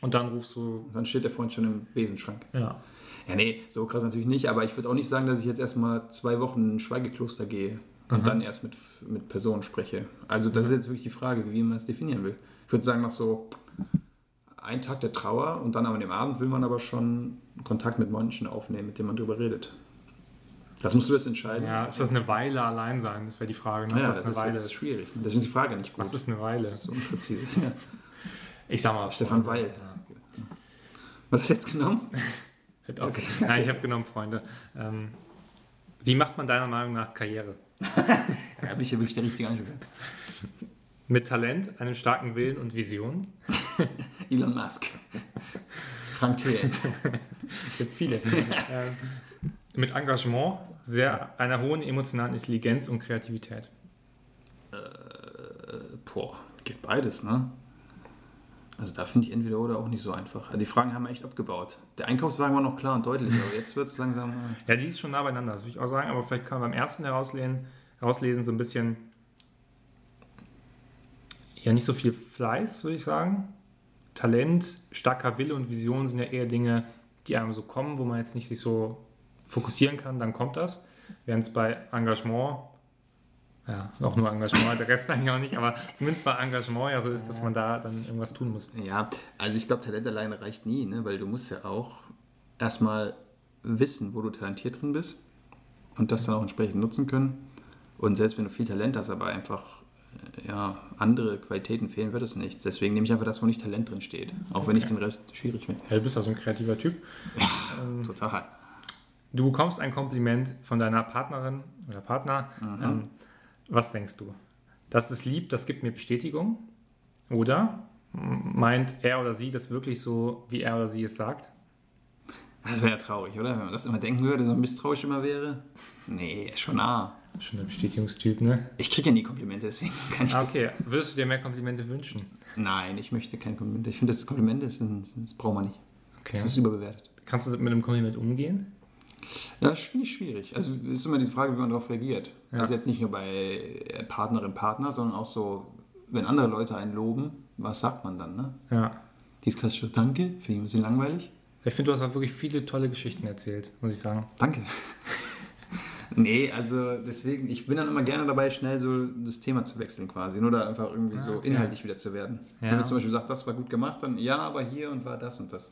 und dann rufst du. Und dann steht der Freund schon im Besenschrank. Ja. Ja, nee, so krass natürlich nicht, aber ich würde auch nicht sagen, dass ich jetzt erstmal zwei Wochen in ein Schweigekloster gehe und Mhm. dann erst mit, mit Personen spreche. Also das ist jetzt wirklich die Frage, wie man es definieren will. Ich würde sagen, nach so einem Tag der Trauer und dann an dem Abend will man aber schon Kontakt mit Menschen aufnehmen, mit denen man drüber redet. Das musst du jetzt entscheiden. Ja, ist das eine Weile allein sein? Das wäre die Frage, ne? Ja, was das eine ist Weile jetzt ist. schwierig. Deswegen ist die Frage nicht gut. Was ist eine Weile? so unpräzise. Ja. Ich sag mal. Stefan Freunde. Weil. Ja. Was hast du jetzt genommen? Hört auf. Nein, ich habe genommen, Freunde. Ähm, wie macht man deiner Meinung nach Karriere? Ja, bin ich ja wirklich der richtige Ansprechpartner. Mit Talent, einem starken Willen und Vision? Elon Musk. Frank Thelen. Es gibt viele. ähm, mit Engagement, sehr, einer hohen emotionalen Intelligenz und Kreativität. Boah, geht beides, ne? Also da finde ich entweder oder auch nicht so einfach. Also die Fragen haben wir echt abgebaut. Der Einkaufswagen war noch klar und deutlich, aber jetzt wird es langsam. äh, Ja, die ist schon nah beieinander, das würde ich auch sagen, aber vielleicht kann man beim ersten herauslesen, herauslesen so ein bisschen. Ja, nicht so viel Fleiß, würde ich sagen. Talent, starker Wille und Vision sind ja eher Dinge, die einem so kommen, wo man jetzt nicht sich so fokussieren kann, dann kommt das. Während es bei Engagement, ja, auch nur Engagement, der Rest eigentlich auch nicht, aber zumindest bei Engagement ja so ist, dass man da dann irgendwas tun muss. Ja, also ich glaube, Talent alleine reicht nie, ne? Weil du musst ja auch erstmal wissen, wo du talentiert drin bist und das dann auch entsprechend nutzen können. Und selbst wenn du viel Talent hast, aber einfach äh, ja, andere Qualitäten fehlen, wird es nichts. Deswegen nehme ich einfach das, wo nicht Talent drin steht. Auch wenn ich den Rest schwierig finde. Ja, du bist ja so ein kreativer Typ. Total. Du bekommst ein Kompliment von deiner Partnerin oder Partner. Ähm, was denkst du? Das ist lieb, das gibt mir Bestätigung. Oder m- meint er oder sie das wirklich so, wie er oder sie es sagt? Das wäre ja traurig, oder? Wenn man das immer denken würde, so misstrauisch immer wäre. Nee, schon nah. Schon ein Bestätigungstyp, ne? Ich kriege ja nie Komplimente, deswegen kann ich das. Ah, Okay, würdest du dir mehr Komplimente wünschen? Nein, ich möchte kein Kompliment. Ich finde, das Komplimente ist, ein- das braucht man nicht. Okay. Das ist überbewertet. Kannst du mit einem Kompliment umgehen? Ja, das finde ich schwierig. Also ist immer die Frage, wie man darauf reagiert. Ja. Also jetzt nicht nur bei Partnerin, Partner, sondern auch so, wenn andere Leute einen loben, was sagt man dann, ne? Ja. Dieses klassische Danke, finde ich ein bisschen langweilig. Ich finde, du hast halt wirklich viele tolle Geschichten erzählt, muss ich sagen. Danke. nee, also deswegen, ich bin dann immer gerne dabei, schnell so das Thema zu wechseln quasi. Nur da einfach irgendwie so okay. inhaltlich wieder zu werden. Ja. Wenn du zum Beispiel sagst, das war gut gemacht, dann ja, aber hier und war das und das.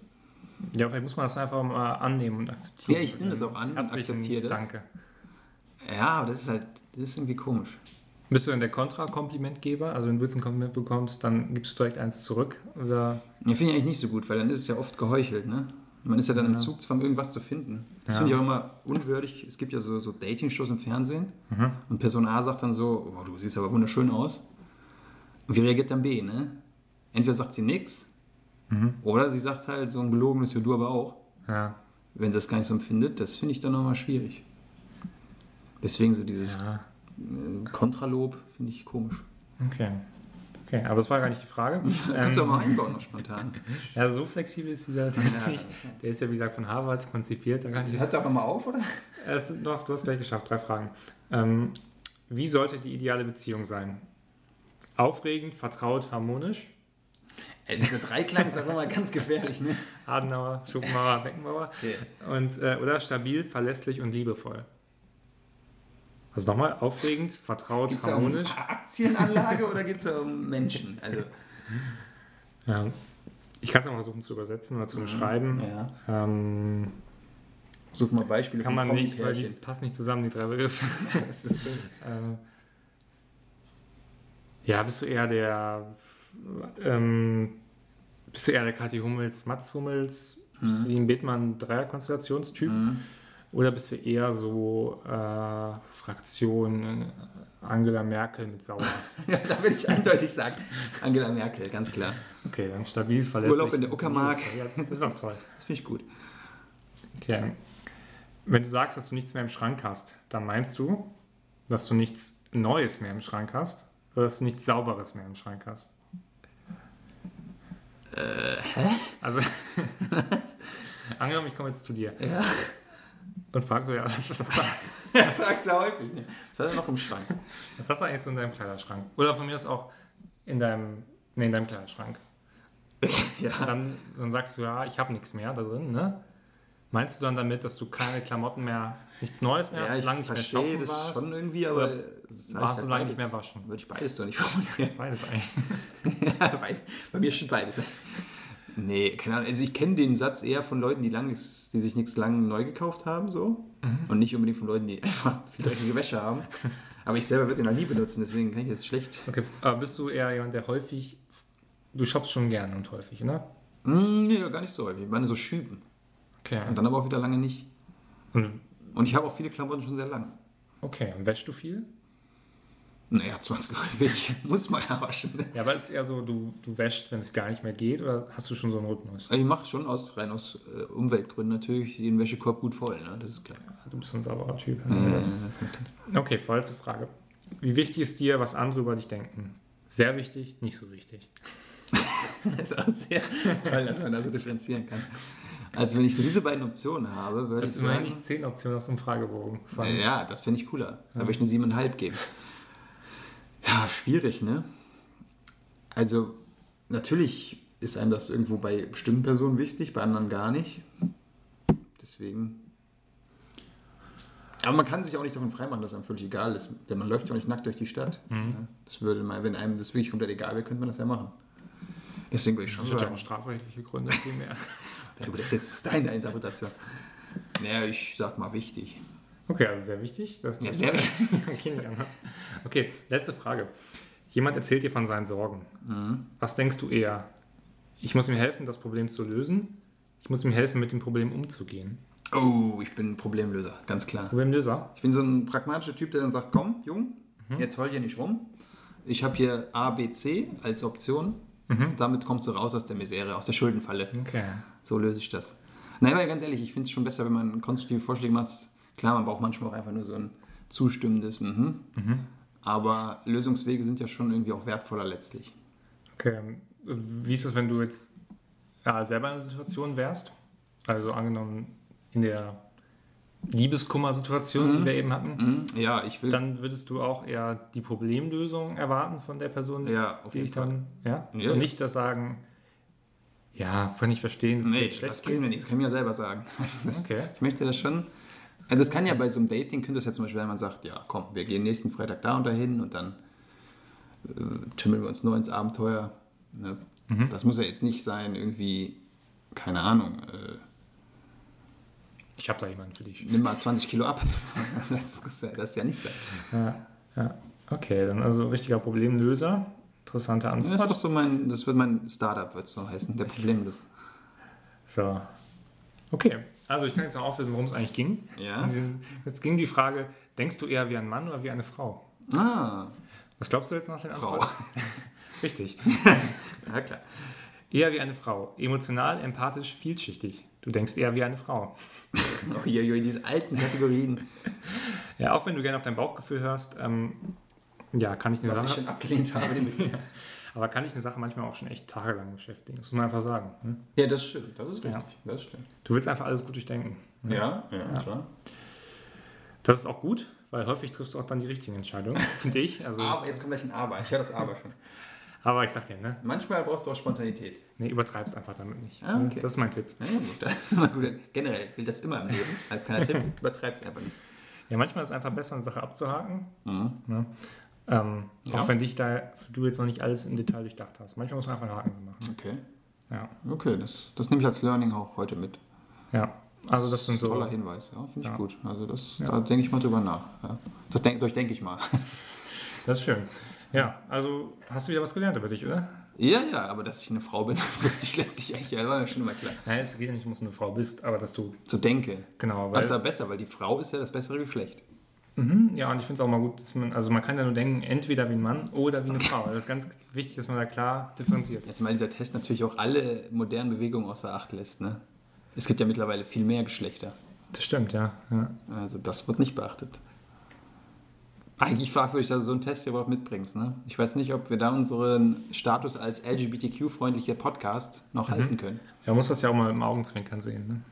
Ja, vielleicht muss man das einfach mal annehmen und akzeptieren. Ja, ich nehme das auch an und Herzlichen akzeptiere das. Danke. Ja, aber das ist halt, das ist irgendwie komisch. Bist du denn der Kontra-Komplimentgeber? Also wenn du jetzt ein Kompliment bekommst, dann gibst du direkt eins zurück? Oder Ja, finde ich eigentlich nicht so gut, weil dann ist es ja oft geheuchelt, ne? Man ist ja dann im Ja. Zugzwang, irgendwas zu finden. Das Ja. finde ich auch immer unwürdig. Es gibt ja so, so Dating-Shows im Fernsehen Mhm. und Person A sagt dann so, oh, du siehst aber wunderschön aus. Und wie reagiert dann B, ne? Entweder sagt sie nichts Mhm. Oder sie sagt halt so ein gelogenes Ja, du aber auch. Ja. Wenn sie das gar nicht so empfindet, das finde ich dann nochmal schwierig. Deswegen so dieses ja. äh, Kontralob finde ich komisch. Okay. Okay, aber das war gar nicht die Frage. Ähm, Kannst du auch mal einbauen noch spontan. ja, so flexibel ist dieser Test Ja. nicht. Der ist ja, wie gesagt, von Harvard konzipiert. Da kann ich Hört jetzt, doch nochmal auf, oder? es, doch, du hast gleich geschafft. Drei Fragen. Ähm, wie sollte die ideale Beziehung sein? Aufregend, vertraut, harmonisch. Ey, dieser Dreiklang ist einfach mal ganz gefährlich, ne? Adenauer, Schopenhauer, Beckenbauer. Okay. Und, äh, oder stabil, verlässlich und liebevoll. Also nochmal, aufregend, vertraut, Geht es da um harmonisch. Aktienanlage oder geht es da um Menschen? Also, Ja. Ich kann es auch mal versuchen zu übersetzen oder zu beschreiben. Mhm. ja. Ähm, Such mal Beispiele kann von man nicht, weil die Promi-Pärchen. passen nicht zusammen, die drei Begriffe. Das ist so- Ähm, ja, bist du eher der ähm, bist du eher der Kathi Hummels, Mats Hummels, bist du die ein Bethmann Dreierkonstellationstyp? Mhm. Oder bist du eher so äh, Fraktion äh, Angela Merkel mit Sauer? Ja, da würde ich eindeutig sagen. Angela Merkel, ganz klar. Okay, dann stabil verlässlich. Urlaub in der Uckermark. Ja, das ist auch toll. Das finde ich gut. Okay. Wenn du sagst, dass du nichts mehr im Schrank hast, dann meinst du, dass du nichts Neues mehr im Schrank hast oder dass du nichts Sauberes mehr im Schrank hast? Äh, hä? Also, angenommen, ich komme jetzt zu dir Ja. und frage so, ja, was hast, du, Das sagst du ja häufig. Ne? Das hat er noch im Schrank. was hast du eigentlich so in deinem Kleiderschrank? Oder von mir ist auch in deinem, nee, in deinem Kleiderschrank. Und Ja. dann, dann sagst du, ja, ich habe nichts mehr da drin, ne? Meinst du dann damit, dass du keine Klamotten mehr, nichts Neues mehr Ja, hast, ich lange nicht mehr verstehe shoppen das warst? schon irgendwie, aber Oder das sag ich halt warst du lange nicht beides. mehr waschen? Würde ich beides doch nicht formulieren. Beides eigentlich. Ja, bei, bei mir steht beides. Nee, keine Ahnung. Also ich kenne den Satz eher von Leuten, die, lang nichts, die sich nichts lang neu gekauft haben, so. Mhm. Und nicht unbedingt von Leuten, die einfach viel dreckige Wäsche haben. Aber ich selber würde den noch nie benutzen, deswegen kann ich jetzt schlecht. Okay, aber bist du eher jemand, der häufig. Du shoppst schon gerne und häufig, ne? Hm, nee, gar nicht so häufig. Ich meine, so schüben. Okay. Und dann aber auch wieder lange nicht. Und, Und ich habe auch viele Klamotten schon sehr lang. okay, und wäschst du viel? Naja, zwangsläufig. Muss man ja waschen. Ja, aber es ist eher so, du, du wäschst, wenn es gar nicht mehr geht, oder hast du schon so einen Rhythmus? Ich mache schon aus, rein aus äh, Umweltgründen natürlich den Wäschekorb gut voll, ne? Das ist klar. Du bist so ein sauberer Typ. ne? Mhm. Das- Okay, vorletzte Frage. Wie wichtig ist dir, was andere über dich denken? Sehr wichtig, nicht so wichtig. Das ist auch sehr toll, dass man da so differenzieren kann. Also wenn ich nur diese beiden Optionen habe, würde Das ich sind immerhin sagen, äh, nicht zehn Optionen auf so einem Fragebogen. ja, das finde ich cooler. Da würde ich eine 7,5 geben. Ja, schwierig, ne? Also natürlich ist einem das irgendwo bei bestimmten Personen wichtig, bei anderen gar nicht. Deswegen. Aber man kann sich auch nicht davon freimachen, dass einem völlig egal ist. Denn man läuft ja auch nicht nackt durch die Stadt. Mhm. Ja, Das würde mal, wenn einem das wirklich komplett egal wäre, könnte man das ja machen. Deswegen würde ich schon Das hat ja sagen. auch strafrechtliche Gründe primär. Ja, gut, das ist jetzt deine Interpretation. Naja, ich sag mal wichtig. Okay, also sehr wichtig. Das Ja, sehr wichtig. Okay, nicht anders. okay, letzte Frage. Jemand erzählt dir von seinen Sorgen. Mhm. Was denkst du eher? Ich muss ihm helfen, das Problem zu lösen. Ich muss ihm helfen, mit dem Problem umzugehen. Oh, ich bin ein Problemlöser, ganz klar. Problemlöser? Ich bin so ein pragmatischer Typ, der dann sagt, komm, Jung, jetzt heul hier nicht rum. Ich habe hier A, B, C als Option. Damit kommst du raus aus der Misere, aus der Schuldenfalle. Okay. So löse ich das. Nein, aber ganz ehrlich, ich finde es schon besser, wenn man konstruktive Vorschläge macht. Klar, man braucht manchmal auch einfach nur so ein zustimmendes mhm. Aber Lösungswege sind ja schon irgendwie auch wertvoller letztlich. okay. Wie ist es, wenn du jetzt ja, selber in einer Situation wärst? Also angenommen in der Liebeskummer-Situation, die wir eben hatten. Mhm. Ja, ich will... Dann würdest du auch eher die Problemlösung erwarten von der Person, ja, auf die jeden ich Fall. dann, ja? Ja, Und ja. nicht das sagen, ja, kann ich verstehen, dass Nee, dir das schlecht bringt geht. mir nichts, kann ich mir ja selber sagen. Also Das, Okay. Ich möchte das schon. Also das kann ja bei so einem Dating, könnte das ja zum Beispiel, wenn man sagt, ja, komm, wir gehen nächsten Freitag da und dahin und dann äh, tümmeln wir uns nur ins Abenteuer. Ne? Das muss ja jetzt nicht sein, irgendwie, keine Ahnung, äh, Ich habe da jemanden für dich. nimm mal 20 Kilo ab. das, ist, ja- das ist ja nicht sein. Ja, ja. Okay, dann also richtiger Problemlöser. Interessante Ja, Das Antwort. ist doch so mein, das wird mein Startup, wird so heißen, der problemlos. So. Okay, also ich kann jetzt noch auflösen, worum es eigentlich ging. Ja. Es ging die Frage, denkst du eher wie ein Mann oder wie eine Frau? Ah, Was glaubst du jetzt nach den Frau. Antworten? Richtig. Ja, klar. Eher wie eine Frau. Emotional, empathisch, vielschichtig. Du denkst eher wie eine Frau. Oh, je, je, diese alten Kategorien. Ja, auch wenn du gerne auf dein Bauchgefühl hörst, ähm, ja, kann ich eine Was ich Sache. schon abgelehnt habe. Den Aber kann ich eine Sache manchmal auch schon echt tagelang beschäftigen. Das muss man einfach sagen. Ne? ja, das stimmt. Das ist Ja. richtig. Das stimmt. Du willst einfach alles gut durchdenken. ne? Ja, ja, klar. Das ist auch gut, weil häufig triffst du auch dann die richtigen Entscheidungen, finde ich. Also Aber aber, jetzt kommt gleich ein Aber. Ich höre das Aber schon. aber ich sag dir, ne? Manchmal brauchst du auch Spontanität. Nee, übertreib's einfach damit nicht. Ah, ne? okay. Das ist mein Tipp. Ja, gut, das ist immer gut. Generell gilt das immer im Leben. Als kleiner Tipp, übertreib's einfach nicht. Ja, manchmal ist es einfach besser, eine Sache abzuhaken. Ne? Ähm, Mhm. Ja. Auch wenn dich da, du jetzt noch nicht alles im Detail durchdacht hast. Manchmal muss man einfach einen Haken machen. Okay. Ja. Okay, das, das nehme ich als Learning auch heute mit. ja. Also das sind so. Toller Hinweis, ja, finde ich Ja. gut. Also das, Ja. da denke ich mal drüber nach. Ja. Das denk, durchdenke ich mal. Das ist schön. Ja, also hast du wieder was gelernt über dich, oder? ja, ja, aber dass ich eine Frau bin, das wusste ich letztlich eigentlich. Ja, war ja schon immer klar. Nein, es geht ja nicht, dass du eine Frau bist, aber dass du, So denke. genau, weil, Das ist ja besser, weil die Frau ist ja das bessere Geschlecht. Mhm, ja, und ich finde es auch mal gut, dass man, also man kann ja nur denken, entweder wie ein Mann oder wie eine Frau. Das ist ganz wichtig, dass man da klar differenziert. Jetzt mal dieser Test natürlich auch alle modernen Bewegungen außer Acht lässt. Ne? Es gibt ja mittlerweile viel mehr Geschlechter. Das stimmt, ja. ja. Also das wird nicht beachtet. Eigentlich fragwürdig, dass du so einen Test hier überhaupt mitbringst. Ne? Ich weiß nicht, ob wir da unseren Status als LGBTQ-freundlicher Podcast Mhm. noch halten können. Man muss das ja auch mal im Augenzwinkern sehen.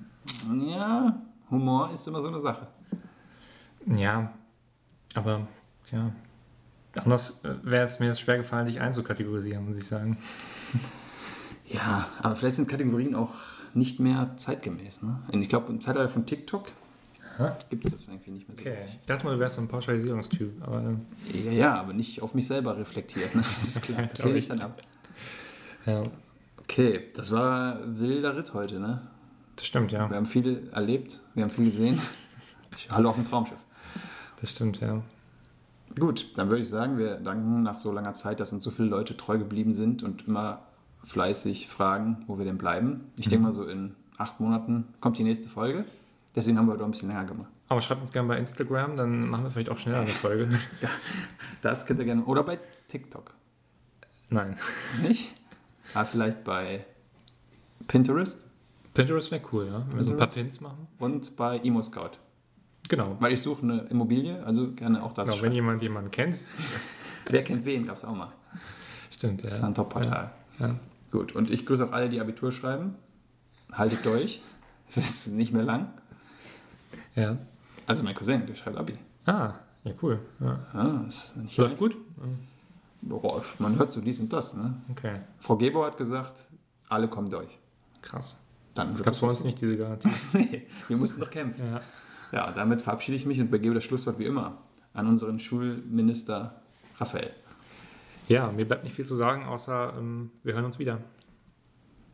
Ne? Ja, Humor ist immer so eine Sache. Ja, aber, ja. Anders wäre es mir jetzt schwer gefallen, dich einzukategorisieren, muss ich sagen. Ja, aber vielleicht sind Kategorien auch nicht mehr zeitgemäß. Ne? Und Ich glaube, im Zeitalter von TikTok Aha. gibt es das irgendwie nicht mehr so. Okay. Ich dachte mal, du wärst so ein Pauschalisierungstyp, aber ähm, Ja, ja, aber nicht auf mich selber reflektiert. Ne? Das ist klar. Das Glaub lehne ich. ich dann ab. ja, Okay, das war wilder Ritt heute. Ne? das stimmt, ja. Wir haben viel erlebt, wir haben viel gesehen. Ich- Hallo auf dem Traumschiff. Das stimmt, ja. Gut, dann würde ich sagen, wir danken nach so langer Zeit, dass uns so viele Leute treu geblieben sind und immer fleißig fragen, wo wir denn bleiben. Ich denke mal, so in acht Monaten kommt die nächste Folge. Deswegen haben wir doch ein bisschen länger gemacht. Aber schreibt uns gerne bei Instagram, dann machen wir vielleicht auch schneller eine Folge. Das könnt ihr gerne. Oder bei TikTok. Nein. Nicht? Aber vielleicht bei Pinterest Pinterest wäre cool, ja. Wenn wir so Also ein paar Pins machen. und bei Emo Scout. Genau. Weil ich suche eine Immobilie, also gerne auch das. Genau, wenn schreiben. jemand jemanden kennt. Wer kennt wen, gab es auch mal. Stimmt, ja. Das war ein Top-Portal. Ja, ja. Gut, und ich grüße auch alle, die Abitur schreiben. Haltet durch. Es ist nicht mehr lang. ja. Also mein Cousin, der schreibt Abi. Ah, ja, cool. Ja. Ja, das ist nicht Läuft gut? Boah, man hört so dies und das. Ne? Okay, Frau Gebauer hat gesagt, alle kommen durch. krass. Dann Also Das gab es bei uns nicht, diese Garantie. nee, wir mussten doch kämpfen. Ja. Ja, damit verabschiede ich mich und begebe das Schlusswort wie immer an unseren Schulminister Raphael. ja, mir bleibt nicht viel zu sagen, außer ähm, wir hören uns wieder.